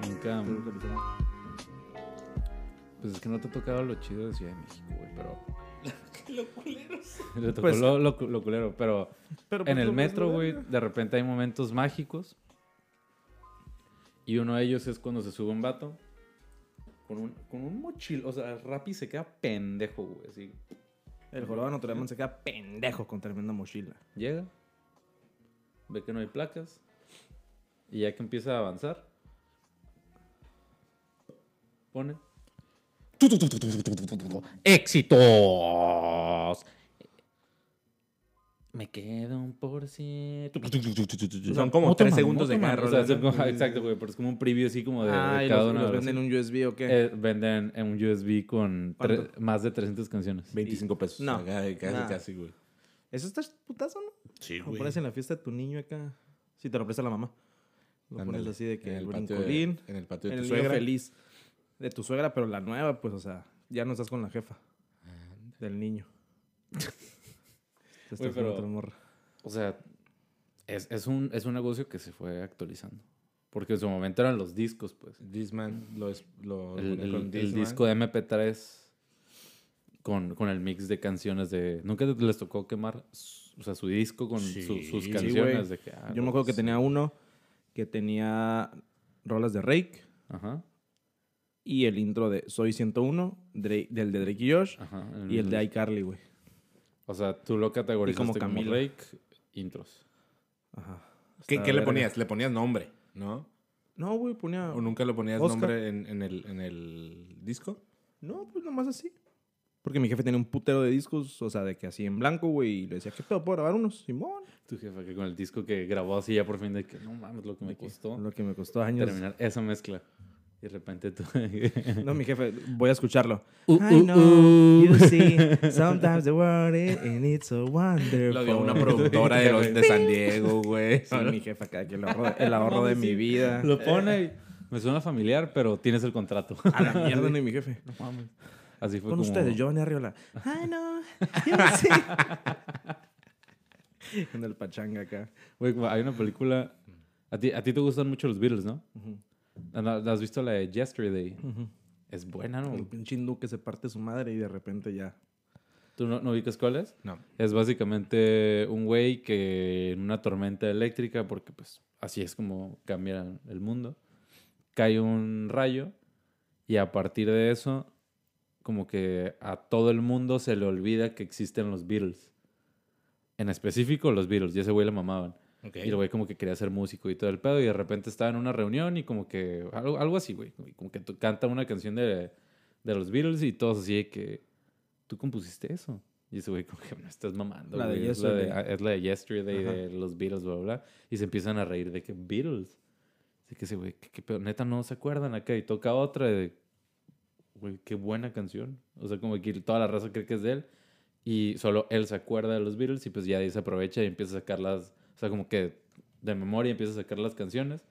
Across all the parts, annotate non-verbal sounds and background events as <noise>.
Calica. Pues es que no te ha tocado lo chido de Ciudad de México, güey, pero. Los culeros. <laughs> Le tocó Pues- lo, lo cu- lo culero, pero Pero, pues, en el lo más metro, güey, verga. de repente hay momentos mágicos. Y uno de ellos es cuando se sube un vato con un, con un mochil. O sea, Rappi se queda pendejo, güey. Así El jorobado de Notre Dame se queda pendejo con tremenda mochila. llega, ve que no hay placas. Y ya que empieza a avanzar, pone. Éxitos. Me queda un por ciento. Son como Moto tres man, segundos moto de man. cada O sea, rola, son ¿no? como- <laughs> exacto, güey, pero es como un preview así como de, de Ah, y cada los, una los de las venden en un USB o qué. Eh, venden en un USB con tre- ¿Cuánto? más de 300 canciones. 25 pesos. No. Acá, Casi, Nah. casi, güey. Eso está putazo, ¿no? Sí, Lo pones en la fiesta de tu niño acá. Si te lo presta la mamá. Lo pones Ándale, así de que en el el patio brincolín. de- en el patio de en tu el niño suegra. feliz. De tu suegra, pero la nueva, pues, o sea, ya no estás con la jefa. Del niño. Te estás con pero- otra morra. O sea, es, es un, es un negocio que se fue actualizando. Porque en su momento eran los discos, pues. Disman lo es lo El, ponen el- con el Discman. disco de MP3 con, con el mix de canciones de... ¿Nunca te- les tocó quemar su, o sea, su disco con su- Sí, sus sí, canciones? güey. de que, ah, Yo me acuerdo que sí. tenía uno que tenía rolas de Rake Ajá, y el intro de Soy 101, Drake- del de Drake y Josh, ajá. Ah, y el de iCarly, güey. O sea, tú lo categorizaste como, Camila. Rake, intros. Ajá. ¿Qué, Está qué le verga. ponías? Le ponías nombre, ¿no? No, güey, ponía... ¿O nunca le ponías Oscar. nombre en, en el, en el disco? No, pues nomás así. Porque mi jefe tenía un putero de discos, o sea, de que así en blanco, güey, y le decía, ¿qué pedo? ¿Puedo grabar unos? Simón. Tu jefa que con el disco que grabó así ya por fin de que no mames lo que me De que- costó. Lo que me costó años. terminar esa mezcla. Y de repente <laughs> tú. No, mi jefe, voy a escucharlo. Uh, I uh, know, uh. you see, <laughs> sometimes the world is- and it's so wonderful. Lo dio una productora de, <laughs> los, de San Diego, güey. Sí, mi jefe acá, que el ahorro, el ahorro de mi vida. lo pone y me suena familiar, pero tienes el contrato. <laughs> A la mierda, no, y mi jefe. No mames. Así fue Con como. ustedes, Giovanni Arriola. I know, you see. <laughs> Con el pachanga acá. Güey, como hay una película. A ti, a ti te gustan mucho los Beatles, ¿no? ¿No- no- ¿Has visto la de Yesterday? Es buena, Un ¿no? pinche hindú que se parte su madre y de repente ya. ¿Tú no, no ubicas cuál es? No. Es básicamente un güey que en una tormenta eléctrica, porque pues así es como cambia el mundo, cae un rayo y a partir de eso, como que a todo el mundo se le olvida que existen los Beatles. En específico los Beatles, y a ese güey le mamaban. Y el güey como que quería ser músico y todo el pedo. Y de repente estaba en una reunión y como que... Algo, algo así, güey. y Como que tú- canta una canción de, de los Beatles y todos así de que... ¿Tú compusiste eso? Y ese güey como que me estás mamando, La de güey. Es la de, Yesterday. es la de Yesterday Ajá. de los Beatles, bla, bla, bla. Y se empiezan a reír de que Beatles. Así que ese güey, ¿qué, qué pedo? Neta, no se acuerdan acá. Y toca otra de... Güey, qué buena canción. O sea, como que toda la raza cree que es de él. Y solo él se acuerda de los Beatles y pues ya de ahí se aprovecha y empieza a sacar las... O sea, como que de memoria empieza a sacar las canciones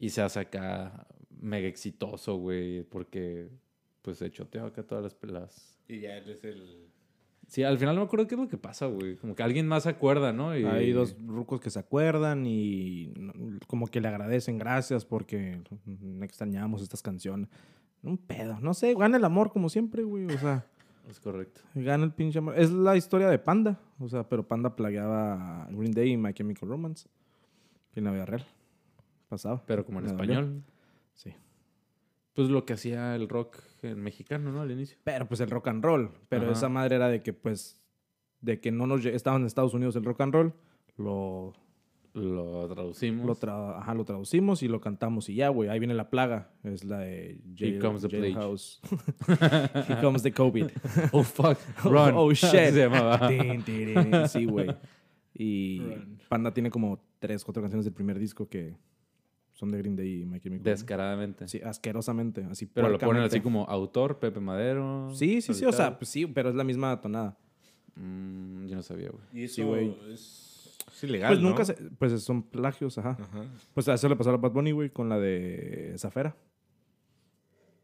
y se hace acá mega exitoso, güey, porque pues se choteó acá todas las pelas. Y ya él es el... Sí, al final no me acuerdo qué es lo que pasa, güey. Como que alguien más se acuerda, ¿no? Y- Hay dos rucos que se acuerdan y no- como que le agradecen gracias porque no extrañamos estas canciones. Un pedo, no sé, gana el amor como siempre, güey, o sea, <laughs> Es correcto. gana el pinche amor. Es la historia de Panda, o sea, pero Panda plagiaba a Green Day y My Chemical Romance, que en la vida real pasaba. Pero como en Me dolió. español, Sí. pues lo que hacía el rock en mexicano, ¿no? Al inicio. Pero pues el rock and roll, pero Ajá. esa madre era de que pues, de que no nos lle- estaba en Estados Unidos el rock and roll, lo Lo traducimos. Lo, tra- ajá, lo traducimos y lo cantamos y ya, güey. Ahí viene la plaga. Es la de Here comes the plague. <laughs> House. Here comes the COVID. <laughs> oh, fuck. <laughs> Run. <laughs> Oh, shit. Así se llamaba. Tin, tirirín. sí, güey. Y Run. Panda tiene como tres, cuatro canciones del primer disco que son de Green Day y My Chemical Romance. Descaradamente. Sí, asquerosamente. Así Pero lo ponen puercamente. así como autor, Pepe Madero. Sí, sí, sí. O solitario. sea, pues sí, pero es la misma tonada. Mm, yo no sabía, güey. Y Sí, güey. es... es ilegal, pues nunca ¿no? Ah. se... Pues son plagios, ajá. Ajá. Pues a eso le pasó a Bad Bunny, güey, con la de Zafera.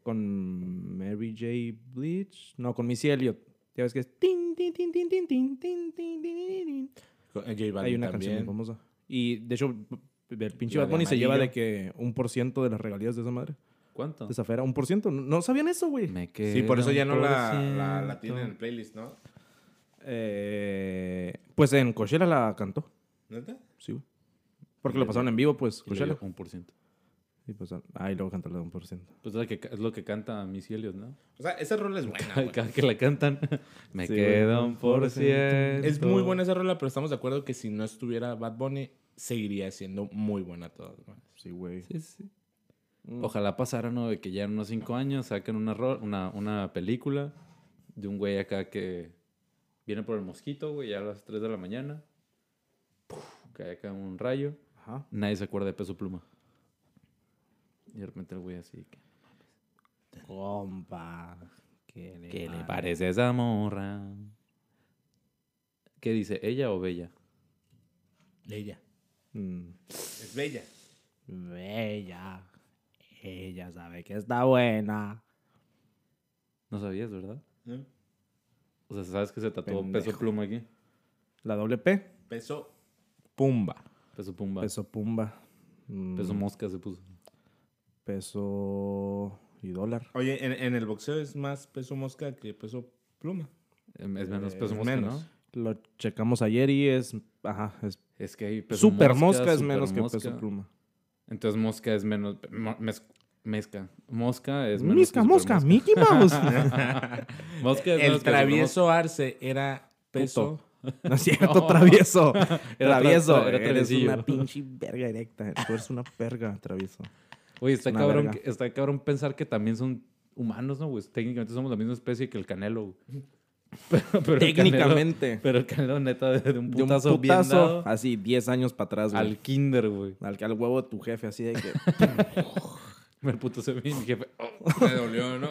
Con Mary J. Bleach. No, con Missy Elliott. Ya ves que es... tin, tin, tin, tin, tin, tin, tin, tin, tin, tin, tin. Con- J Balvin Hay una canción también. muy famosa. Y, de hecho, el pinche La Bad de Bunny se lleva de amarillo. que un por ciento de las regalías de esa madre. ¿Cuánto? Desafera, un por ciento. No- No sabían eso, güey. Me Sí, por eso queda ya un no por la, ciento. la, la tienen en playlist, ¿no? Eh, pues en Coachella la cantó. ¿Neta? Sí, güey. Porque lo pasaron en vivo, pues, Y le dio Coachella. Un por ciento. Y pues, ah, y luego cantarle un por ciento. Pues es, la que, ca- es lo que canta Missy Elliott, ¿no? <laughs> O sea, esa rola es buena. güey. Cada que la cantan, me Sí, queda güey. un por ciento. Es muy buena esa rola, pero estamos de acuerdo que si no estuviera Bad Bunny, seguiría siendo muy buena toda. Sí, güey. Sí, sí. Mm. Ojalá pasara, ¿no? De que ya en unos cinco años saquen una, ro- una, una película de un güey acá que viene por el mosquito, güey, ya a las 3 de la mañana. Puf, cae acá un rayo. Ajá. Nadie se acuerda de peso pluma. Y de repente el güey así. que, Compa. ¿Qué le, ¿Qué le va- parece esa morra? ¿Qué dice? ¿Ella o Bella? Bella. Mm, Es bella. Bella. Mm, Ella sabe que está buena. No sabías, ¿verdad? O sea, ¿sabes que se tatuó peso Pendejo. pluma aquí? La doble P. Peso. Pumba. Peso pumba. Peso, Peso Pumba. Mm, mosca se puso. Peso y dólar. Oye, en, en el boxeo es más peso mosca que peso pluma. Em, Es menos Eh, peso es mosca, menos. ¿no? Lo checamos ayer y es. Ajá. Es Es que hay peso super mosca, es super menos que mosca. peso pluma. Entonces mosca es menos... mo- mez- mezca. Mosca es menos Misca, que mosca, supermosca. Mickey Mouse. <laughs> Mosca es menos El que travieso Arce era peso. no <laughs> es cierto, travieso. Era tra- travieso. era eres traviesillo. una pinche verga directa. Tú eres una verga, travieso. supermosca. Oye, está Una cabrón, verga. que- está cabrón pensar que también son humanos, ¿no, güey? Técnicamente somos la misma especie que el canelo. güey. <laughs> Pero, pero el Canelo- Técnicamente. pero el canelo neta de, de un De un putazo, bien putazo. dado Así, 10 años para atrás, güey. al kinder, güey. Al, al huevo de tu jefe, así de que. El puto se ve y mi jefe... oh, <laughs> Me dolió, ¿no?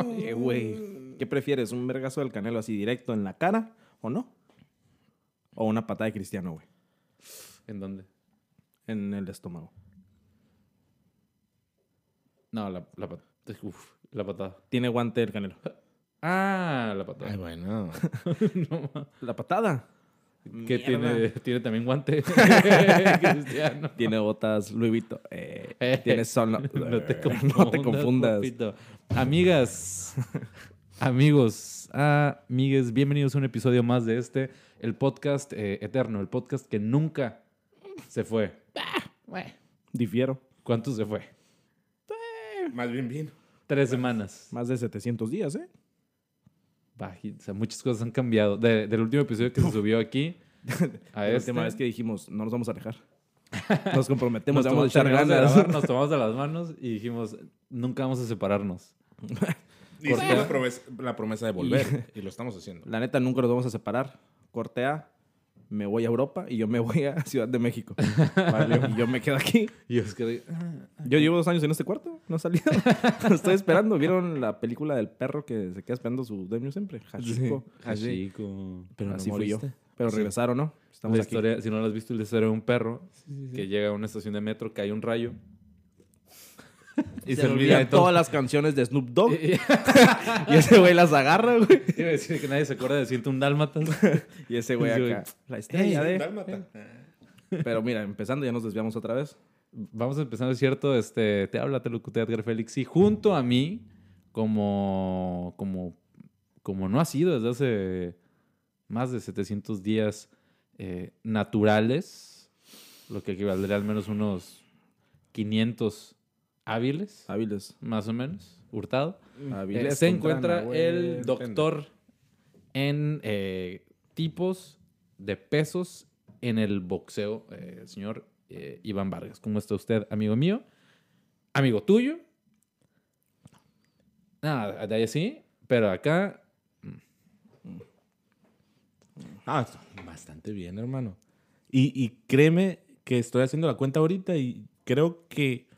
"Oye, "Eh, güey. ¿Qué prefieres? ¿Un vergazo del canelo así directo en la cara o no? O una patada de cristiano, güey. ¿En dónde? En el estómago. No, la, la, pat- uf, la patada. Tiene guante el canelo. Ah, la patada. <laughs> Ay, bueno. No mames. <laughs> La patada. Que tiene, tiene también <laughs> guante. <laughs> Cristiano. Tiene botas, Luivito. Eh, Eh, <laughs> tiene solo. No te confundas. <laughs> No te confundas. papito. Amigas, <laughs> amigos, amigues, bienvenidos a un episodio más de este, el podcast eh, eterno, el podcast que nunca se fue. Difiero. ¿Cuánto se fue? Más bien bien. Tres semanas. Más de 700 días, ¿eh? Baji- o sea, muchas cosas han cambiado. De- del último episodio que se subió <laughs> aquí a la este. última vez que dijimos, no nos vamos a alejar. <laughs> Nos comprometemos, nos vamos tomamos, a echar terminamos de ganas. grabar, nos <laughs> tomamos de las manos y dijimos, nunca vamos a separarnos. Hicimos Corta. la promesa, la promesa <laughs> de volver y lo estamos haciendo. La neta, nunca nos vamos a separar. Corte A, me voy a Europa y yo me voy a Ciudad de México. <laughs> Valió. Y yo me quedo aquí. Y es que... ah, Yo llevo dos años en este cuarto, no he salido. <laughs> Estoy esperando. ¿Vieron la película del perro que se queda esperando su dueño siempre? Hachiko. Hachiko. Pero Así así fui fui yo. yo. Pero Sí. regresaron, ¿no? Estamos la aquí. historia, si no lo has visto, la historia de un perro que llega a una estación de metro, cae un <laughs> rayo. Y se, se olvida olvidan de todo. todas las canciones de Snoop Dogg. Y- y- <laughs> Y ese güey las agarra, güey. <laughs> Iba a decir que nadie se acuerda de siento un dálmata. Y ese güey Ese güey, acá. La estrella Sí, de. eh. dálmata. Pero mira, empezando, ya nos desviamos otra vez. <laughs> Vamos a empezar, es cierto, este, te habla Telucute Edgar Félix. Y junto a mí, como, como, como no ha sido desde hace más de 700 días eh, naturales, lo que equivaldría al menos unos 500 hábiles, Ah. Hábiles. más o menos, hurtado. Mm. Eh, Hábiles. se encuentra contra el Nahuel. doctor en eh, tipos de pesos en el boxeo, eh, señor eh, Iván Vargas. ¿Cómo está usted, amigo mío? Amigo tuyo. Nada, de ahí sí, pero acá Ah, está bastante bien, hermano. Y, y créeme que estoy haciendo la cuenta ahorita y creo que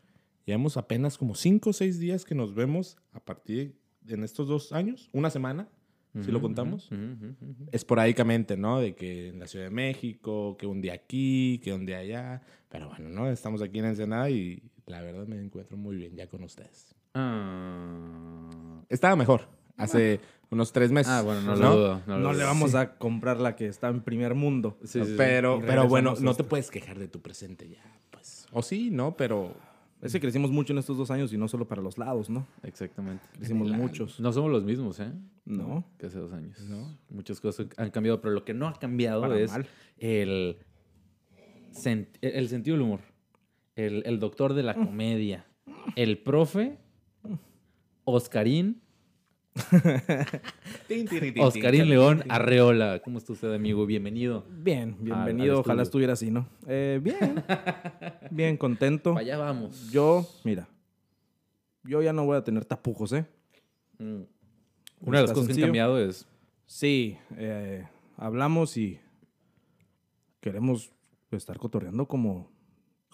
llevamos apenas como 5 o 6 días que nos vemos a partir de en estos dos años, una semana, si lo Ujú, contamos. ujú, ujú, ujú. Esporádicamente, ¿no? De que en la Ciudad de México, que un día aquí, que un día allá. Pero bueno, ¿no? Estamos aquí en Ensenada y la verdad me encuentro muy bien ya con ustedes. Ah, Estaba mejor hace unos 3 meses. Ah, bueno, no, lo dudo. No, lo No le dudo. vamos a comprar la que está en primer mundo. Sí, sí, sí. pero, Y pero bueno, regresamos a no esto. te puedes quejar de tu presente ya, pues. O sí, no, pero Es que crecimos mucho en estos dos años y no solo para los lados, ¿no? Exactamente. Crecimos muchos. No somos los mismos, ¿eh? No. Que hace dos años. Muchas cosas han cambiado, pero lo que no ha cambiado Para es mal. el, sen- el sentido del humor. El, el doctor de la Mm. comedia. El profe. <laughs> Oscarín. Oscarín León Arreola. ¿Cómo está usted, amigo? Bienvenido. Bien, al- bienvenido. al Ojalá estudio. estuviera así, ¿no? Eh, <laughs> bien. bien, contento. Para allá vamos. Yo, mira. Yo ya no voy a tener tapujos, ¿eh? Mm. Una de las Está cosas que sencillo. han cambiado es Sí, eh, hablamos y queremos estar cotorreando como...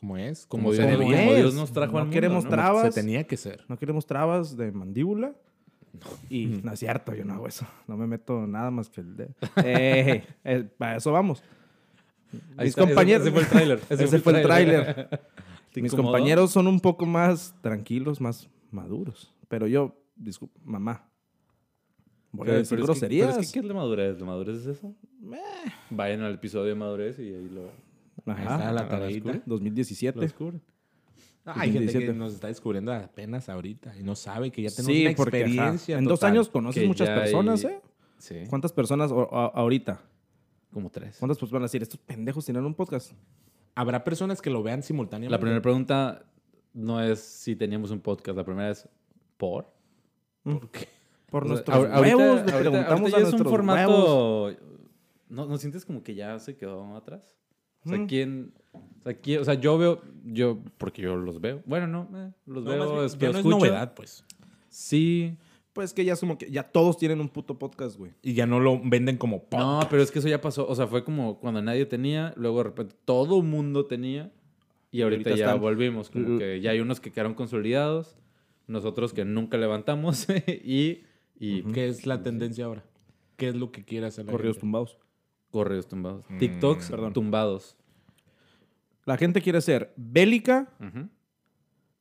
¿Cómo es? como Como Dios, ¿cómo como es? Dios nos trajo No al mundo. queremos ¿no? tra- se trabas. tenía que ser. No queremos trabas de mandíbula. Y no es cierto, yo no hago eso. No me meto nada más que <laughs> el dedo. Eh, eh, para eso vamos. Ahí Mis está, ese- compañeros... Ese fue el tráiler. Ese fue el tráiler. ¿Te Mis incomodó? compañeros son un poco más tranquilos, más maduros. Pero yo, disculpa, mamá. Voy a Pero- decir pero es que- pero groserías. es que, ¿Qué es la madurez? ¿La madurez es eso? Vayan al episodio de madurez y ahí lo, Ahí está Ajá. la tareita. 2017. lo descubren. Ah, Hay gente que 2017. nos está descubriendo apenas ahorita y no sabe que ya tenemos Sí, una porque ajá, experiencia. en dos total. años conoces que muchas ya hay- personas, ¿eh? Sí. ¿Cuántas personas o- a- ahorita? Como tres. ¿Cuántas personas van a decir, estos pendejos tienen un podcast? Habrá personas que lo vean simultáneamente. La primera pregunta no es si teníamos un podcast. La primera es ¿por? Por O sea, nuestros ahor- ahorita- huevos le ahorita- preguntamos ahorita a ya es nuestros un huevos. formato... ¿no, ¿No sientes como que ya se quedó atrás? O sea, Mm. ¿quién...? O sea, ¿quién- o sea, yo veo... Yo, porque yo los veo. Bueno, no. eh, los No, más veo, bien, es- ya los no es escucho. novedad, pues. Sí. Pues que ya es como que ya todos tienen un puto podcast, güey. Y ya no lo venden como pop. No, pero es que eso ya pasó. O sea, fue como cuando nadie tenía, luego de repente todo mundo tenía. Y ahorita, ahorita ya están- volvimos. Como que ya hay unos que quedaron consolidados, nosotros que nunca levantamos. <laughs> y y ¿Qué es la tendencia ahora? ¿Qué es lo que quiere hacer la Corridos gente? tumbados. correos tumbados. TikToks Perdón. tumbados. La gente quiere ser bélica, Ujú,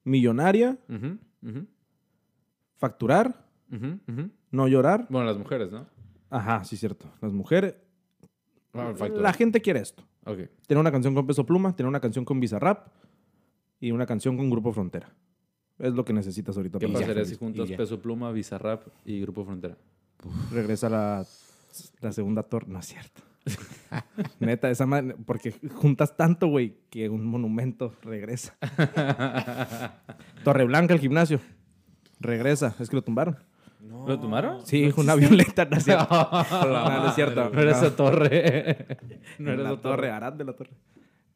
millonaria, ujú, ujú, facturar, ujú, ujú. no llorar. Bueno, las mujeres, ¿no? Ajá, sí, cierto. Las mujeres. Ah, La facturas. gente quiere esto. Ok. Tener una canción con Peso Pluma, tener una canción con Bizarrap y una canción con Grupo Frontera. Es lo que necesitas ahorita. ¿Qué para ser pasaría feliz. si juntas y ya. Peso Pluma, Bizarrap y Grupo Frontera? Regresa la, la segunda torre. No es cierto. <laughs> Neta, esa madre, porque juntas tanto, güey, que un monumento <laughs> regresa. Torre Blanca, el gimnasio. Regresa. Es que lo tumbaron. ¿Lo tomaron? Sí, una violeta. <laughs> No <laughs> es cierto. no, No, no es cierto. No era No. esa torre. no era la esa torre, torre. Arad de la torre.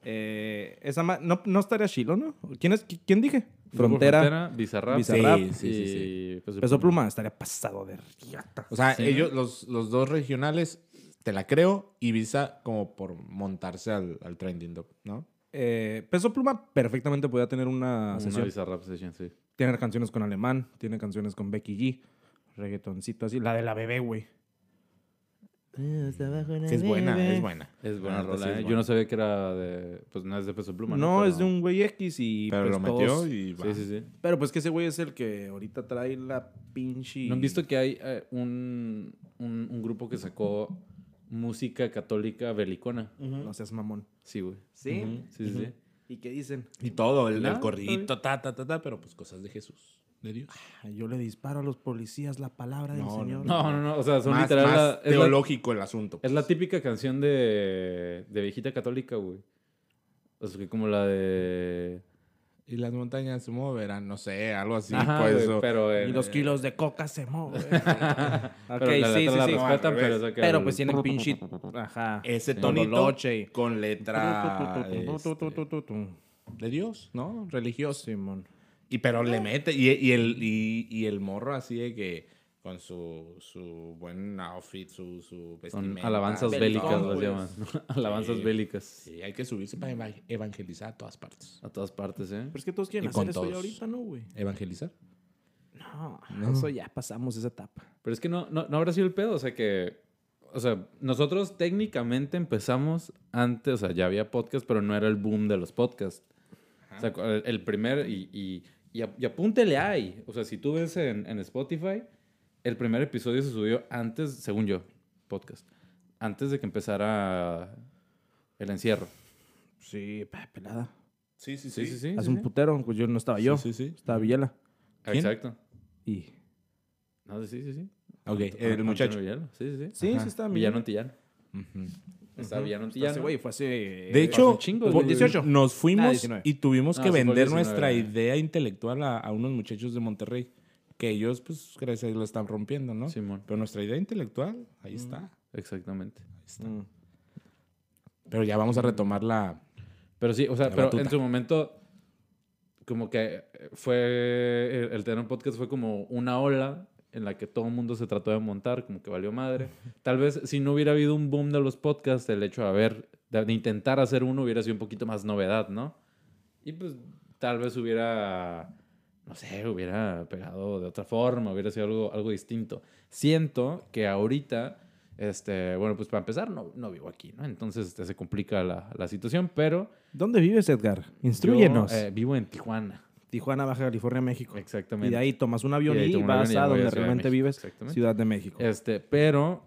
Eh, esa ma- no, no estaría Chilo, ¿no? ¿Quién, es, qui- ¿Quién dije? Grupo Frontera. Bizarrap. Bizarrap Sí, sí, sí, sí. Peso Pluma estaría pasado de riata. O sea, Sí. ellos, los, los dos regionales, te la creo, y Visa como por montarse al, al trending top, ¿no? Eh, Peso Pluma perfectamente podía tener una Una sesión. Bizarrap session, sí. Tiene canciones con Alemán, tiene canciones con Becky G, reggaetoncito así. La de la bebé, güey. Sí, es buena, es buena. Es buena La neta, rola, Ah, sí ¿eh? es Yo buena. no sabía que era de... Pues no es de Peso Pluma. No, es de un güey X y. Pero pues, lo metió todos- y va. Sí, sí, sí. Pero pues que ese güey es el que ahorita trae la pinche. ¿No han visto que hay eh, un, un, un grupo que sacó música católica belicona? No seas mamón. Sí, güey. ¿Sí? Sí, sí, sí. ¿Y qué dicen? Y todo, el, Ah, el corridito, ta, ta, ta, ta, pero pues cosas de Jesús, de Dios. Ay, Yo le disparo a los policías la palabra del No, no, Señor. No, no, no. O sea, son más literal... más la- es, la, teológico el asunto. es pues. la típica canción de, de viejita católica, güey. O sea, que como la de... Y las montañas se moverán, no sé, algo así. Ajá, pues, güey, o- pero... Y en- eh, los kilos de coca se mueven. Pero la letra la respetan, pero... es de que Pero el- pues tienen pinche. Ajá. ese Sí. tonito Tololoche. con <laughs> Tu, letra tu, tu, este, tu, tu, tu. de Dios, ¿no? Religioso. Simón. Y pero le mete, y, y el, y, y el morro así de que con su, su buen outfit, su, su Son vestimenta. alabanzas bélicas, Belicón, las güey. llaman. <laughs> alabanzas Sí. bélicas. Sí, hay que subirse para eva- evangelizar a todas partes. A todas partes, ¿eh? Pero es que todos quieren Y con hacer eso ya todos. ahorita, ¿no, güey? ¿Evangelizar? No, eso ya pasamos esa etapa. Pero es que no, no, no habrá sido el pedo, o sea que... O sea, nosotros técnicamente empezamos antes, o sea, ya había podcast, pero no era el boom de los podcasts. O sea, cu- el, el primer, y, y, y ap- y apúntele ahí. O sea, si tú ves en, en Spotify, el primer episodio se subió antes, según yo, podcast. Antes de que empezara el encierro. Sí, pa, pelada. Sí, sí, Sí, sí, sí. Hace sí, un sí. putero, pues yo no estaba yo. Sí, sí, sí. Estaba Villela. ¿Quién? Exacto. Y... No, sí, sí, sí. Ok, Ant- el Ah, Antonio muchacho. Villano, Sí, sí, sí. Sí, Ajá. sí estaba Villano Antillano. Ujú. Está Villano Antillano. Ese güey fue Eh, hace... De hecho, un chingo, po- güey. 18. nos Ah, fuimos 19. y tuvimos No, que sí fue el vender 19, nuestra ¿verdad? idea intelectual a, a unos muchachos de Monterrey. Que ellos, pues, gracias a Dios, lo están rompiendo, ¿no? Simón. Pero nuestra idea intelectual, ahí está. Exactamente. ahí está. Pero ya vamos a retomar la... Pero sí, o sea, La pero batuta. en su momento, como que eh, fue. El, el tener un podcast fue como una ola en la que todo el mundo se trató de montar, como que valió <laughs> madre. Tal vez si no hubiera habido un boom de los podcasts, el hecho de haber. de, de intentar hacer uno hubiera sido un poquito más novedad, ¿no? Y pues tal vez hubiera. No sé, hubiera pegado de otra forma, hubiera sido algo, algo distinto. Siento que ahorita. Este, bueno, pues para empezar, no, no vivo aquí, ¿no? Entonces este, se complica la, la situación, pero ¿Dónde vives, Edgar? Instruyenos. yo, eh, vivo en Tijuana. Tijuana, Baja California, México. Exactamente. Y de ahí tomas un Y avión de y, ahí tomo un vas avión y a voy donde Ciudad de realmente México, vives, Exactamente. Ciudad de México. Este, pero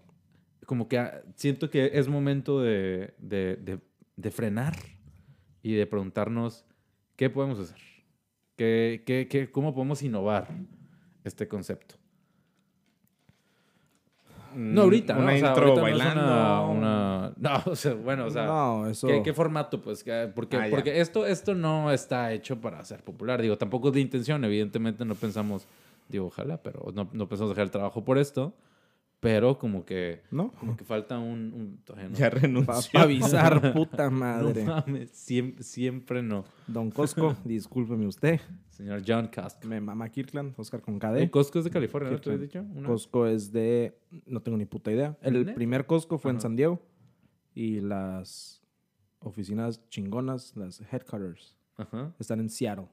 como que ah, siento que es momento de, de, de- de frenar y de preguntarnos qué podemos hacer. ¿Qué, qué, qué, ¿Cómo podemos innovar este concepto? No ahorita, ¿no? Mm, Una O sea, intro ahorita no es bailando. una, <laughs> una- No, o sea, bueno, o sea... no, eso... ¿Qué, qué formato? Pues, ¿Qué- porque, Ah, ya. porque esto, esto no está hecho para ser popular. Digo, tampoco es la intención. Evidentemente no pensamos, digo, ojalá, pero no, no pensamos dejar el trabajo por esto. Pero como que, ¿No? como que falta un... un- todavía no. Ya Para renunció. avisar, puta No madre. mames, siem- siempre, no. Don Cosco, discúlpeme usted. Señor John Costco. Me mama Kirkland, Oscar con El ¿Eh? KD. Costco es de California, ¿no? ¿Te habías Kirkland. dicho? Una- Cosco es de. No tengo ni puta idea. El ¿Neta? primer Cosco fue en Ajá. San Diego. Y las oficinas chingonas, las headquarters, Ajá. están en Seattle.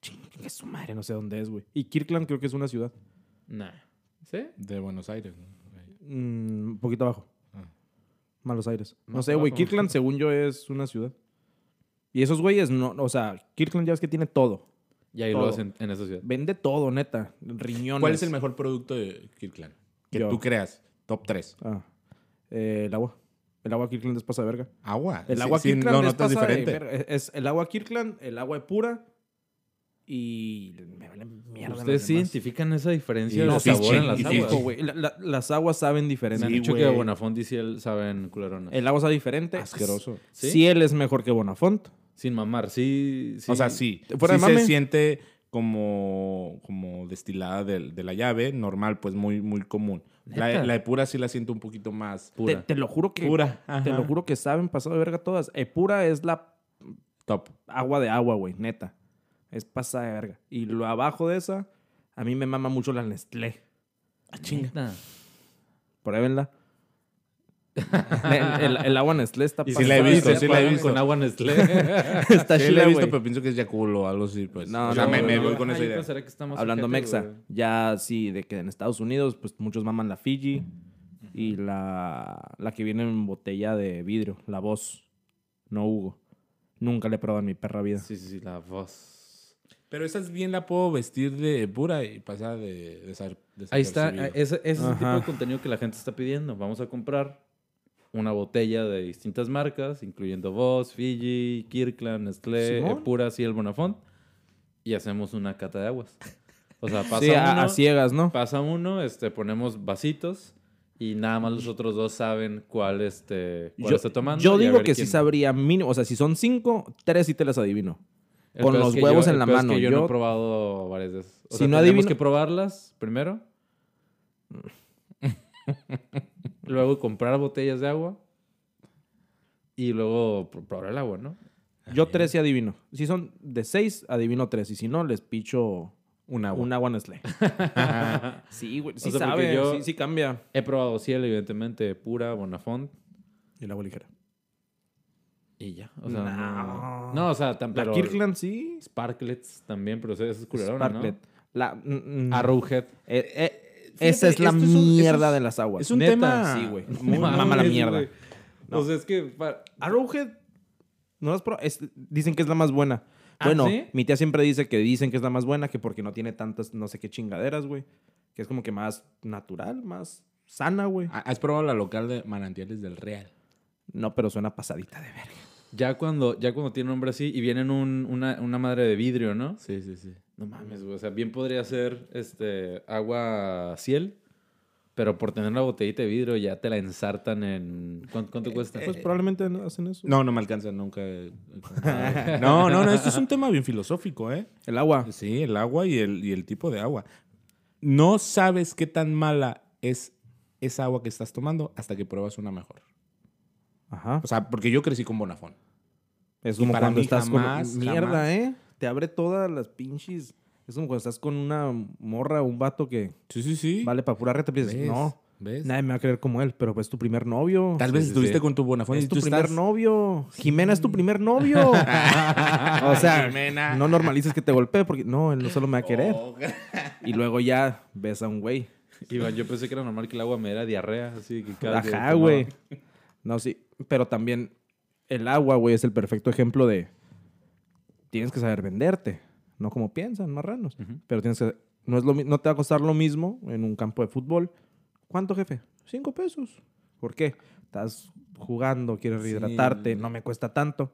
Chingue su madre, no sé dónde es, güey. Y Kirkland creo que es una ciudad. Nah. ¿Sí? De Buenos Aires. ¿no? Mm, un poquito abajo. Ah. Malos Aires. No Más sé, güey. abajo. Kirkland, según yo, es una ciudad. Y esos güeyes, no, o sea, Kirkland ya ves que tiene todo. Y ahí Todo. lo hacen en esa ciudad. Vende todo, neta. Riñones. ¿Cuál es el mejor producto de Kirkland? Que Yo. tú creas. Top 3. Ah, eh, el agua. El agua Kirkland es pasa de verga. Agua. El Sí, agua sí, Kirkland no, no es estás pasa de diferente. verga. Es, es el agua Kirkland, el agua de pura y me vale mierda. los ¿Ustedes sí demás. identifican esa diferencia Y de no, sí, sabor en chin- las y sí, aguas? Fijo, güey. La- la- las aguas saben Me diferente. han Sí, dicho que güey. Bonafont y Ciel saben culeronas. El agua sabe diferente. Asqueroso. ¿Sí? Ciel es mejor que Bonafont. Sin mamar, sí, sí. O sea, sí. Fuera de sí se mame. siente como, como destilada del- de, la llave, normal, pues muy, muy común. La, ¿Neta? la de pura sí la siento un poquito más Te, Pura. te lo juro que pura. te ajá. lo juro que saben pasado de verga todas. Eh, pura es la Top. agua de agua, güey, neta. Es pasada de verga. Y lo abajo de esa, a mí me mama mucho la Nestlé. Neta. <laughs> Pruébenla. el, el, el agua Nestlé está Y Sí si la la he pasada de visto, visto, verga. sí la he visto. Con agua Nestlé. <laughs> <laughs> Está Sí la chila, he visto, güey. pero pienso que es Yaculo o algo así, pues. No, o sea, no, me, no, me no. pues, voy con esa Ay, idea. pensaré que está más Hablando ojete, mexa, güey. ya sí, de que en Estados Unidos, pues muchos maman la Fiji y la, la que viene en botella de vidrio, la voz, no Hugo. Nunca le he probado en mi perra vida. Sí, sí, sí, la voz. Pero esa es bien la puedo vestir de pura y pasar de, de sar- Ahí está, eh, desapercibido. ese, ese es el tipo Ajá. de contenido que la gente está pidiendo. Vamos a comprar una botella de distintas marcas, incluyendo Voss, Fiji, Kirkland, Nestlé, Simón. Epura, Ciel, Bonafont, y hacemos una cata de aguas. O sea, pasa Sí, a, uno, a ciegas, ¿no? pasa uno, este, ponemos vasitos y nada más los otros dos saben cuál, este, cuál Yo, está tomando. yo y a digo ver que quién. sí sabría mínimo. O sea, si son cinco, tres sí te las adivino. El con pedo es los que huevos yo- en el la pedo es que mano. yo, no Yo- he probado varias de esas. O Si sea, no tenemos adivino- que probarlas <laughs> primero. luego comprar botellas de agua. Y luego pr- probar el agua, ¿no? Yo tres sí adivino. Si son de seis, adivino tres. Y si no, les picho Un agua. un <laughs> agua Nestlé. sí, güey. Sí sea, porque sabe. yo- Sí, sí cambia. He probado cielo, evidentemente, pura, bonafont. El agua ligera. Y ya. O sea, No. no. no, o sea, tan, La pero Kirkland sí. Sparklets también, pero eso es culerona, ¿no? Sparklet. La... mm, mm, Arrowhead. eh, eh, Fíjate, esa es la esto es un- mierda esto es- de las aguas. es un Neta, tema Sí, güey. muy- Me Mama la Mames, mierda. güey. O sea, es que... pa- Arrowhead. No las pro- es- dicen que es la más buena. Bueno, ¿sí? mi tía siempre dice que dicen que es la más buena, que porque no tiene tantas no sé qué chingaderas, güey. Que es como que más natural, más sana, güey. Ah, ¿Has probado la local de Manantiales del Real? No, pero suena pasadita de verga. Ya cuando, ya cuando tiene un nombre así y vienen un- una, una madre de vidrio, ¿no? Sí, sí, sí. No mames, güey. O sea, bien podría ser este, agua ciel, pero por tener una botellita de vidrio ya te la ensartan en. ¿Cuánto, Eh, cuánto cuesta? Eh, Pues probablemente no hacen eso. No, no me alcanza nunca. <laughs> No, no, no, esto es un tema bien filosófico, ¿eh? El agua. Sí, el agua y el, y el tipo de agua. No sabes qué tan mala es esa agua que estás tomando hasta que pruebas una mejor. Ajá. O sea, porque yo crecí con Bonafón. Es Y como para cuando mí estás jamás, con... Mierda, jamás. ¿eh? Te abre todas las pinches... Es como cuando estás con una morra o un vato que Sí, sí, sí. vale para pura reta. Piensas, ¿Ves? no, ¿Ves? nadie me va a querer como él, pero pues tu primer novio. Tal vez sí, estuviste sí. con tu Bonafón y es tu tú primer estás... novio. Jimena es tu primer <laughs> novio. o sea, no normalices que te golpee porque no, él no solo me va a querer. Oh. Y luego ya ves a un güey. Iván, yo pensé que era normal que el agua me diera diarrea, así que cada que Ajá, tomaba. güey. No, sí. Pero también el agua, güey, es el perfecto ejemplo de tienes que saber venderte. No como piensan, marranos. Pero tienes que. No, es lo, mi- no te va a costar lo mismo en un campo de fútbol. ¿Cuánto, jefe? Cinco pesos. ¿Por qué? Estás jugando, quieres Sí, rehidratarte, el- no me cuesta tanto.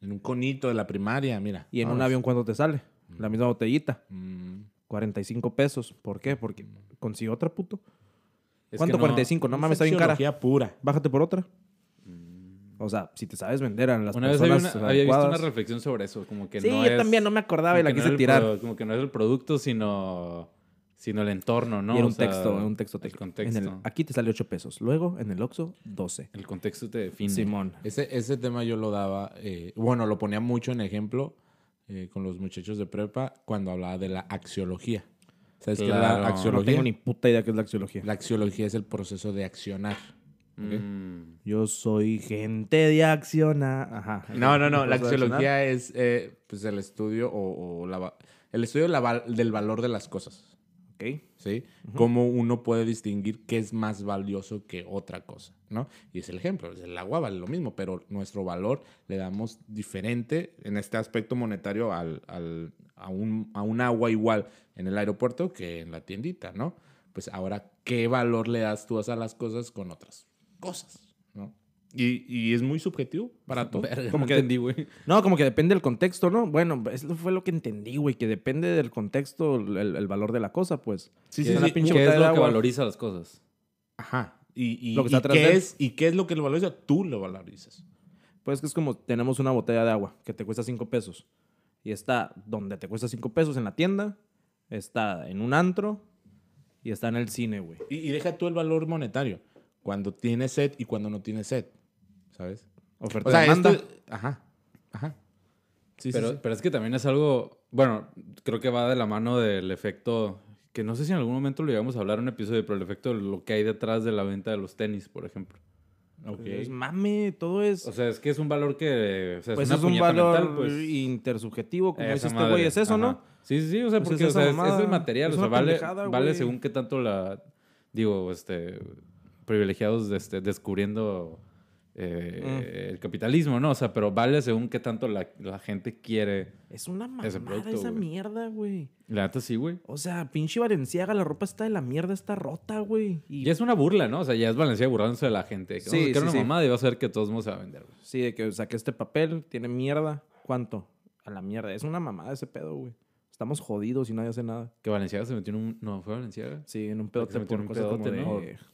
En un conito de la primaria, mira. Ah. Y en un Vamos. avión, ¿cuánto te sale? La misma botellita. Mm. 45 pesos. ¿Por qué? Porque consigo otra, puto. Es ¿Cuánto? que 45. No es mames, está bien cara. sexología pura. Bájate por otra. O sea, si te sabes vender a las Una vez había, personas una- había visto una adecuadas. reflexión sobre eso, como que Sí, no yo es- también no me acordaba y la como que no quise es el tirar. pro- como que no es el producto, sino, sino el entorno, ¿no? Y era O un sea, texto, era un texto El técnico. contexto. En el- aquí te sale 8 pesos. Luego, en el Oxxo, 12. El contexto te define. Simón. Ese, ese tema yo lo daba, eh, bueno, lo ponía mucho en ejemplo eh, con los muchachos de prepa cuando hablaba de la axiología. ¿Sabes qué es Claro. la No axiología? tengo ni puta idea qué es la axiología. La axiología es el proceso de accionar. Mm. Yo soy gente de acciona. Ajá. No, no, no. La Proceso de accionar. axiología es eh, pues el estudio o, o la va- el estudio de la val- del valor de las cosas. Ok. ¿Sí? Cómo uno puede distinguir qué es más valioso que otra cosa, ¿no? Y es el ejemplo. es El agua vale lo mismo, pero nuestro valor le damos diferente en este aspecto monetario al, al- a, un, a un agua igual en el aeropuerto que en la tiendita, ¿no? Pues ahora, ¿qué valor le das tú a las cosas con otras cosas, ¿no? Y, y es muy subjetivo para todos. Verga, <laughs> Como no que- entendí, güey. No, como que depende del contexto, ¿no? Bueno, eso fue lo que entendí, güey, que depende del contexto el, el valor de la cosa, pues. Sí, ¿Qué sí, es, sí. ¿qué botella es de lo que agua. valoriza las cosas? Ajá. Y, y- Lo que está y atrás de qué él. es, ¿Y qué es lo que lo valoriza? Tú lo valorizas. Pues que es como tenemos una botella de agua que te cuesta 5 pesos. Y está donde te cuesta 5 pesos en la tienda, está en un antro y está en el cine, güey. Y, y deja tú el valor monetario. Cuando tienes sed y cuando no tienes sed. ¿Sabes? Oferta O sea, y demanda. esto- Ajá. Ajá. Sí, sí, pero, sí. pero es que también es algo, bueno, creo que va de la mano del efecto, que no sé si en algún momento lo llegamos a hablar en un episodio, pero el efecto de lo que hay detrás de la venta de los tenis, por ejemplo. Es mame, todo es. O sea, es que es un valor que, o sea, pues es, una es un puñeta valor mental, pues. intersubjetivo, como Esa dice este madre, güey, es eso, ajá. ¿no? Sí, sí, sí, o sea, Pues porque es o sea, esa es, mamada, es de material, es o sea, una vale, pendejada, vale güey. según qué tanto la, digo, este, privilegiados de este, descubriendo Mm. eh, el capitalismo, ¿no? O sea, pero vale según qué tanto la, la gente quiere. Es una mamada Ese producto, esa güey. mierda, güey. La neta sí, güey. O sea, pinche Valenciaga, la ropa está de la mierda, está rota, güey. Y Ya es una burla, ¿no? O sea, ya es Valencia burlándose de la gente. Que, Sí, sí, que sí, era una sí. mamada y va a ser que todos vamos a vender, güey. Sí, de que saqué este papel, tiene mierda. ¿Cuánto? A la mierda. Es una mamada ese pedo, güey. Estamos jodidos y nadie hace nada. Que Valenciaga se metió en un... No, fue Valenciaga. Sí, en un pedote se metió en por un cosas como pedote, de... ¿no?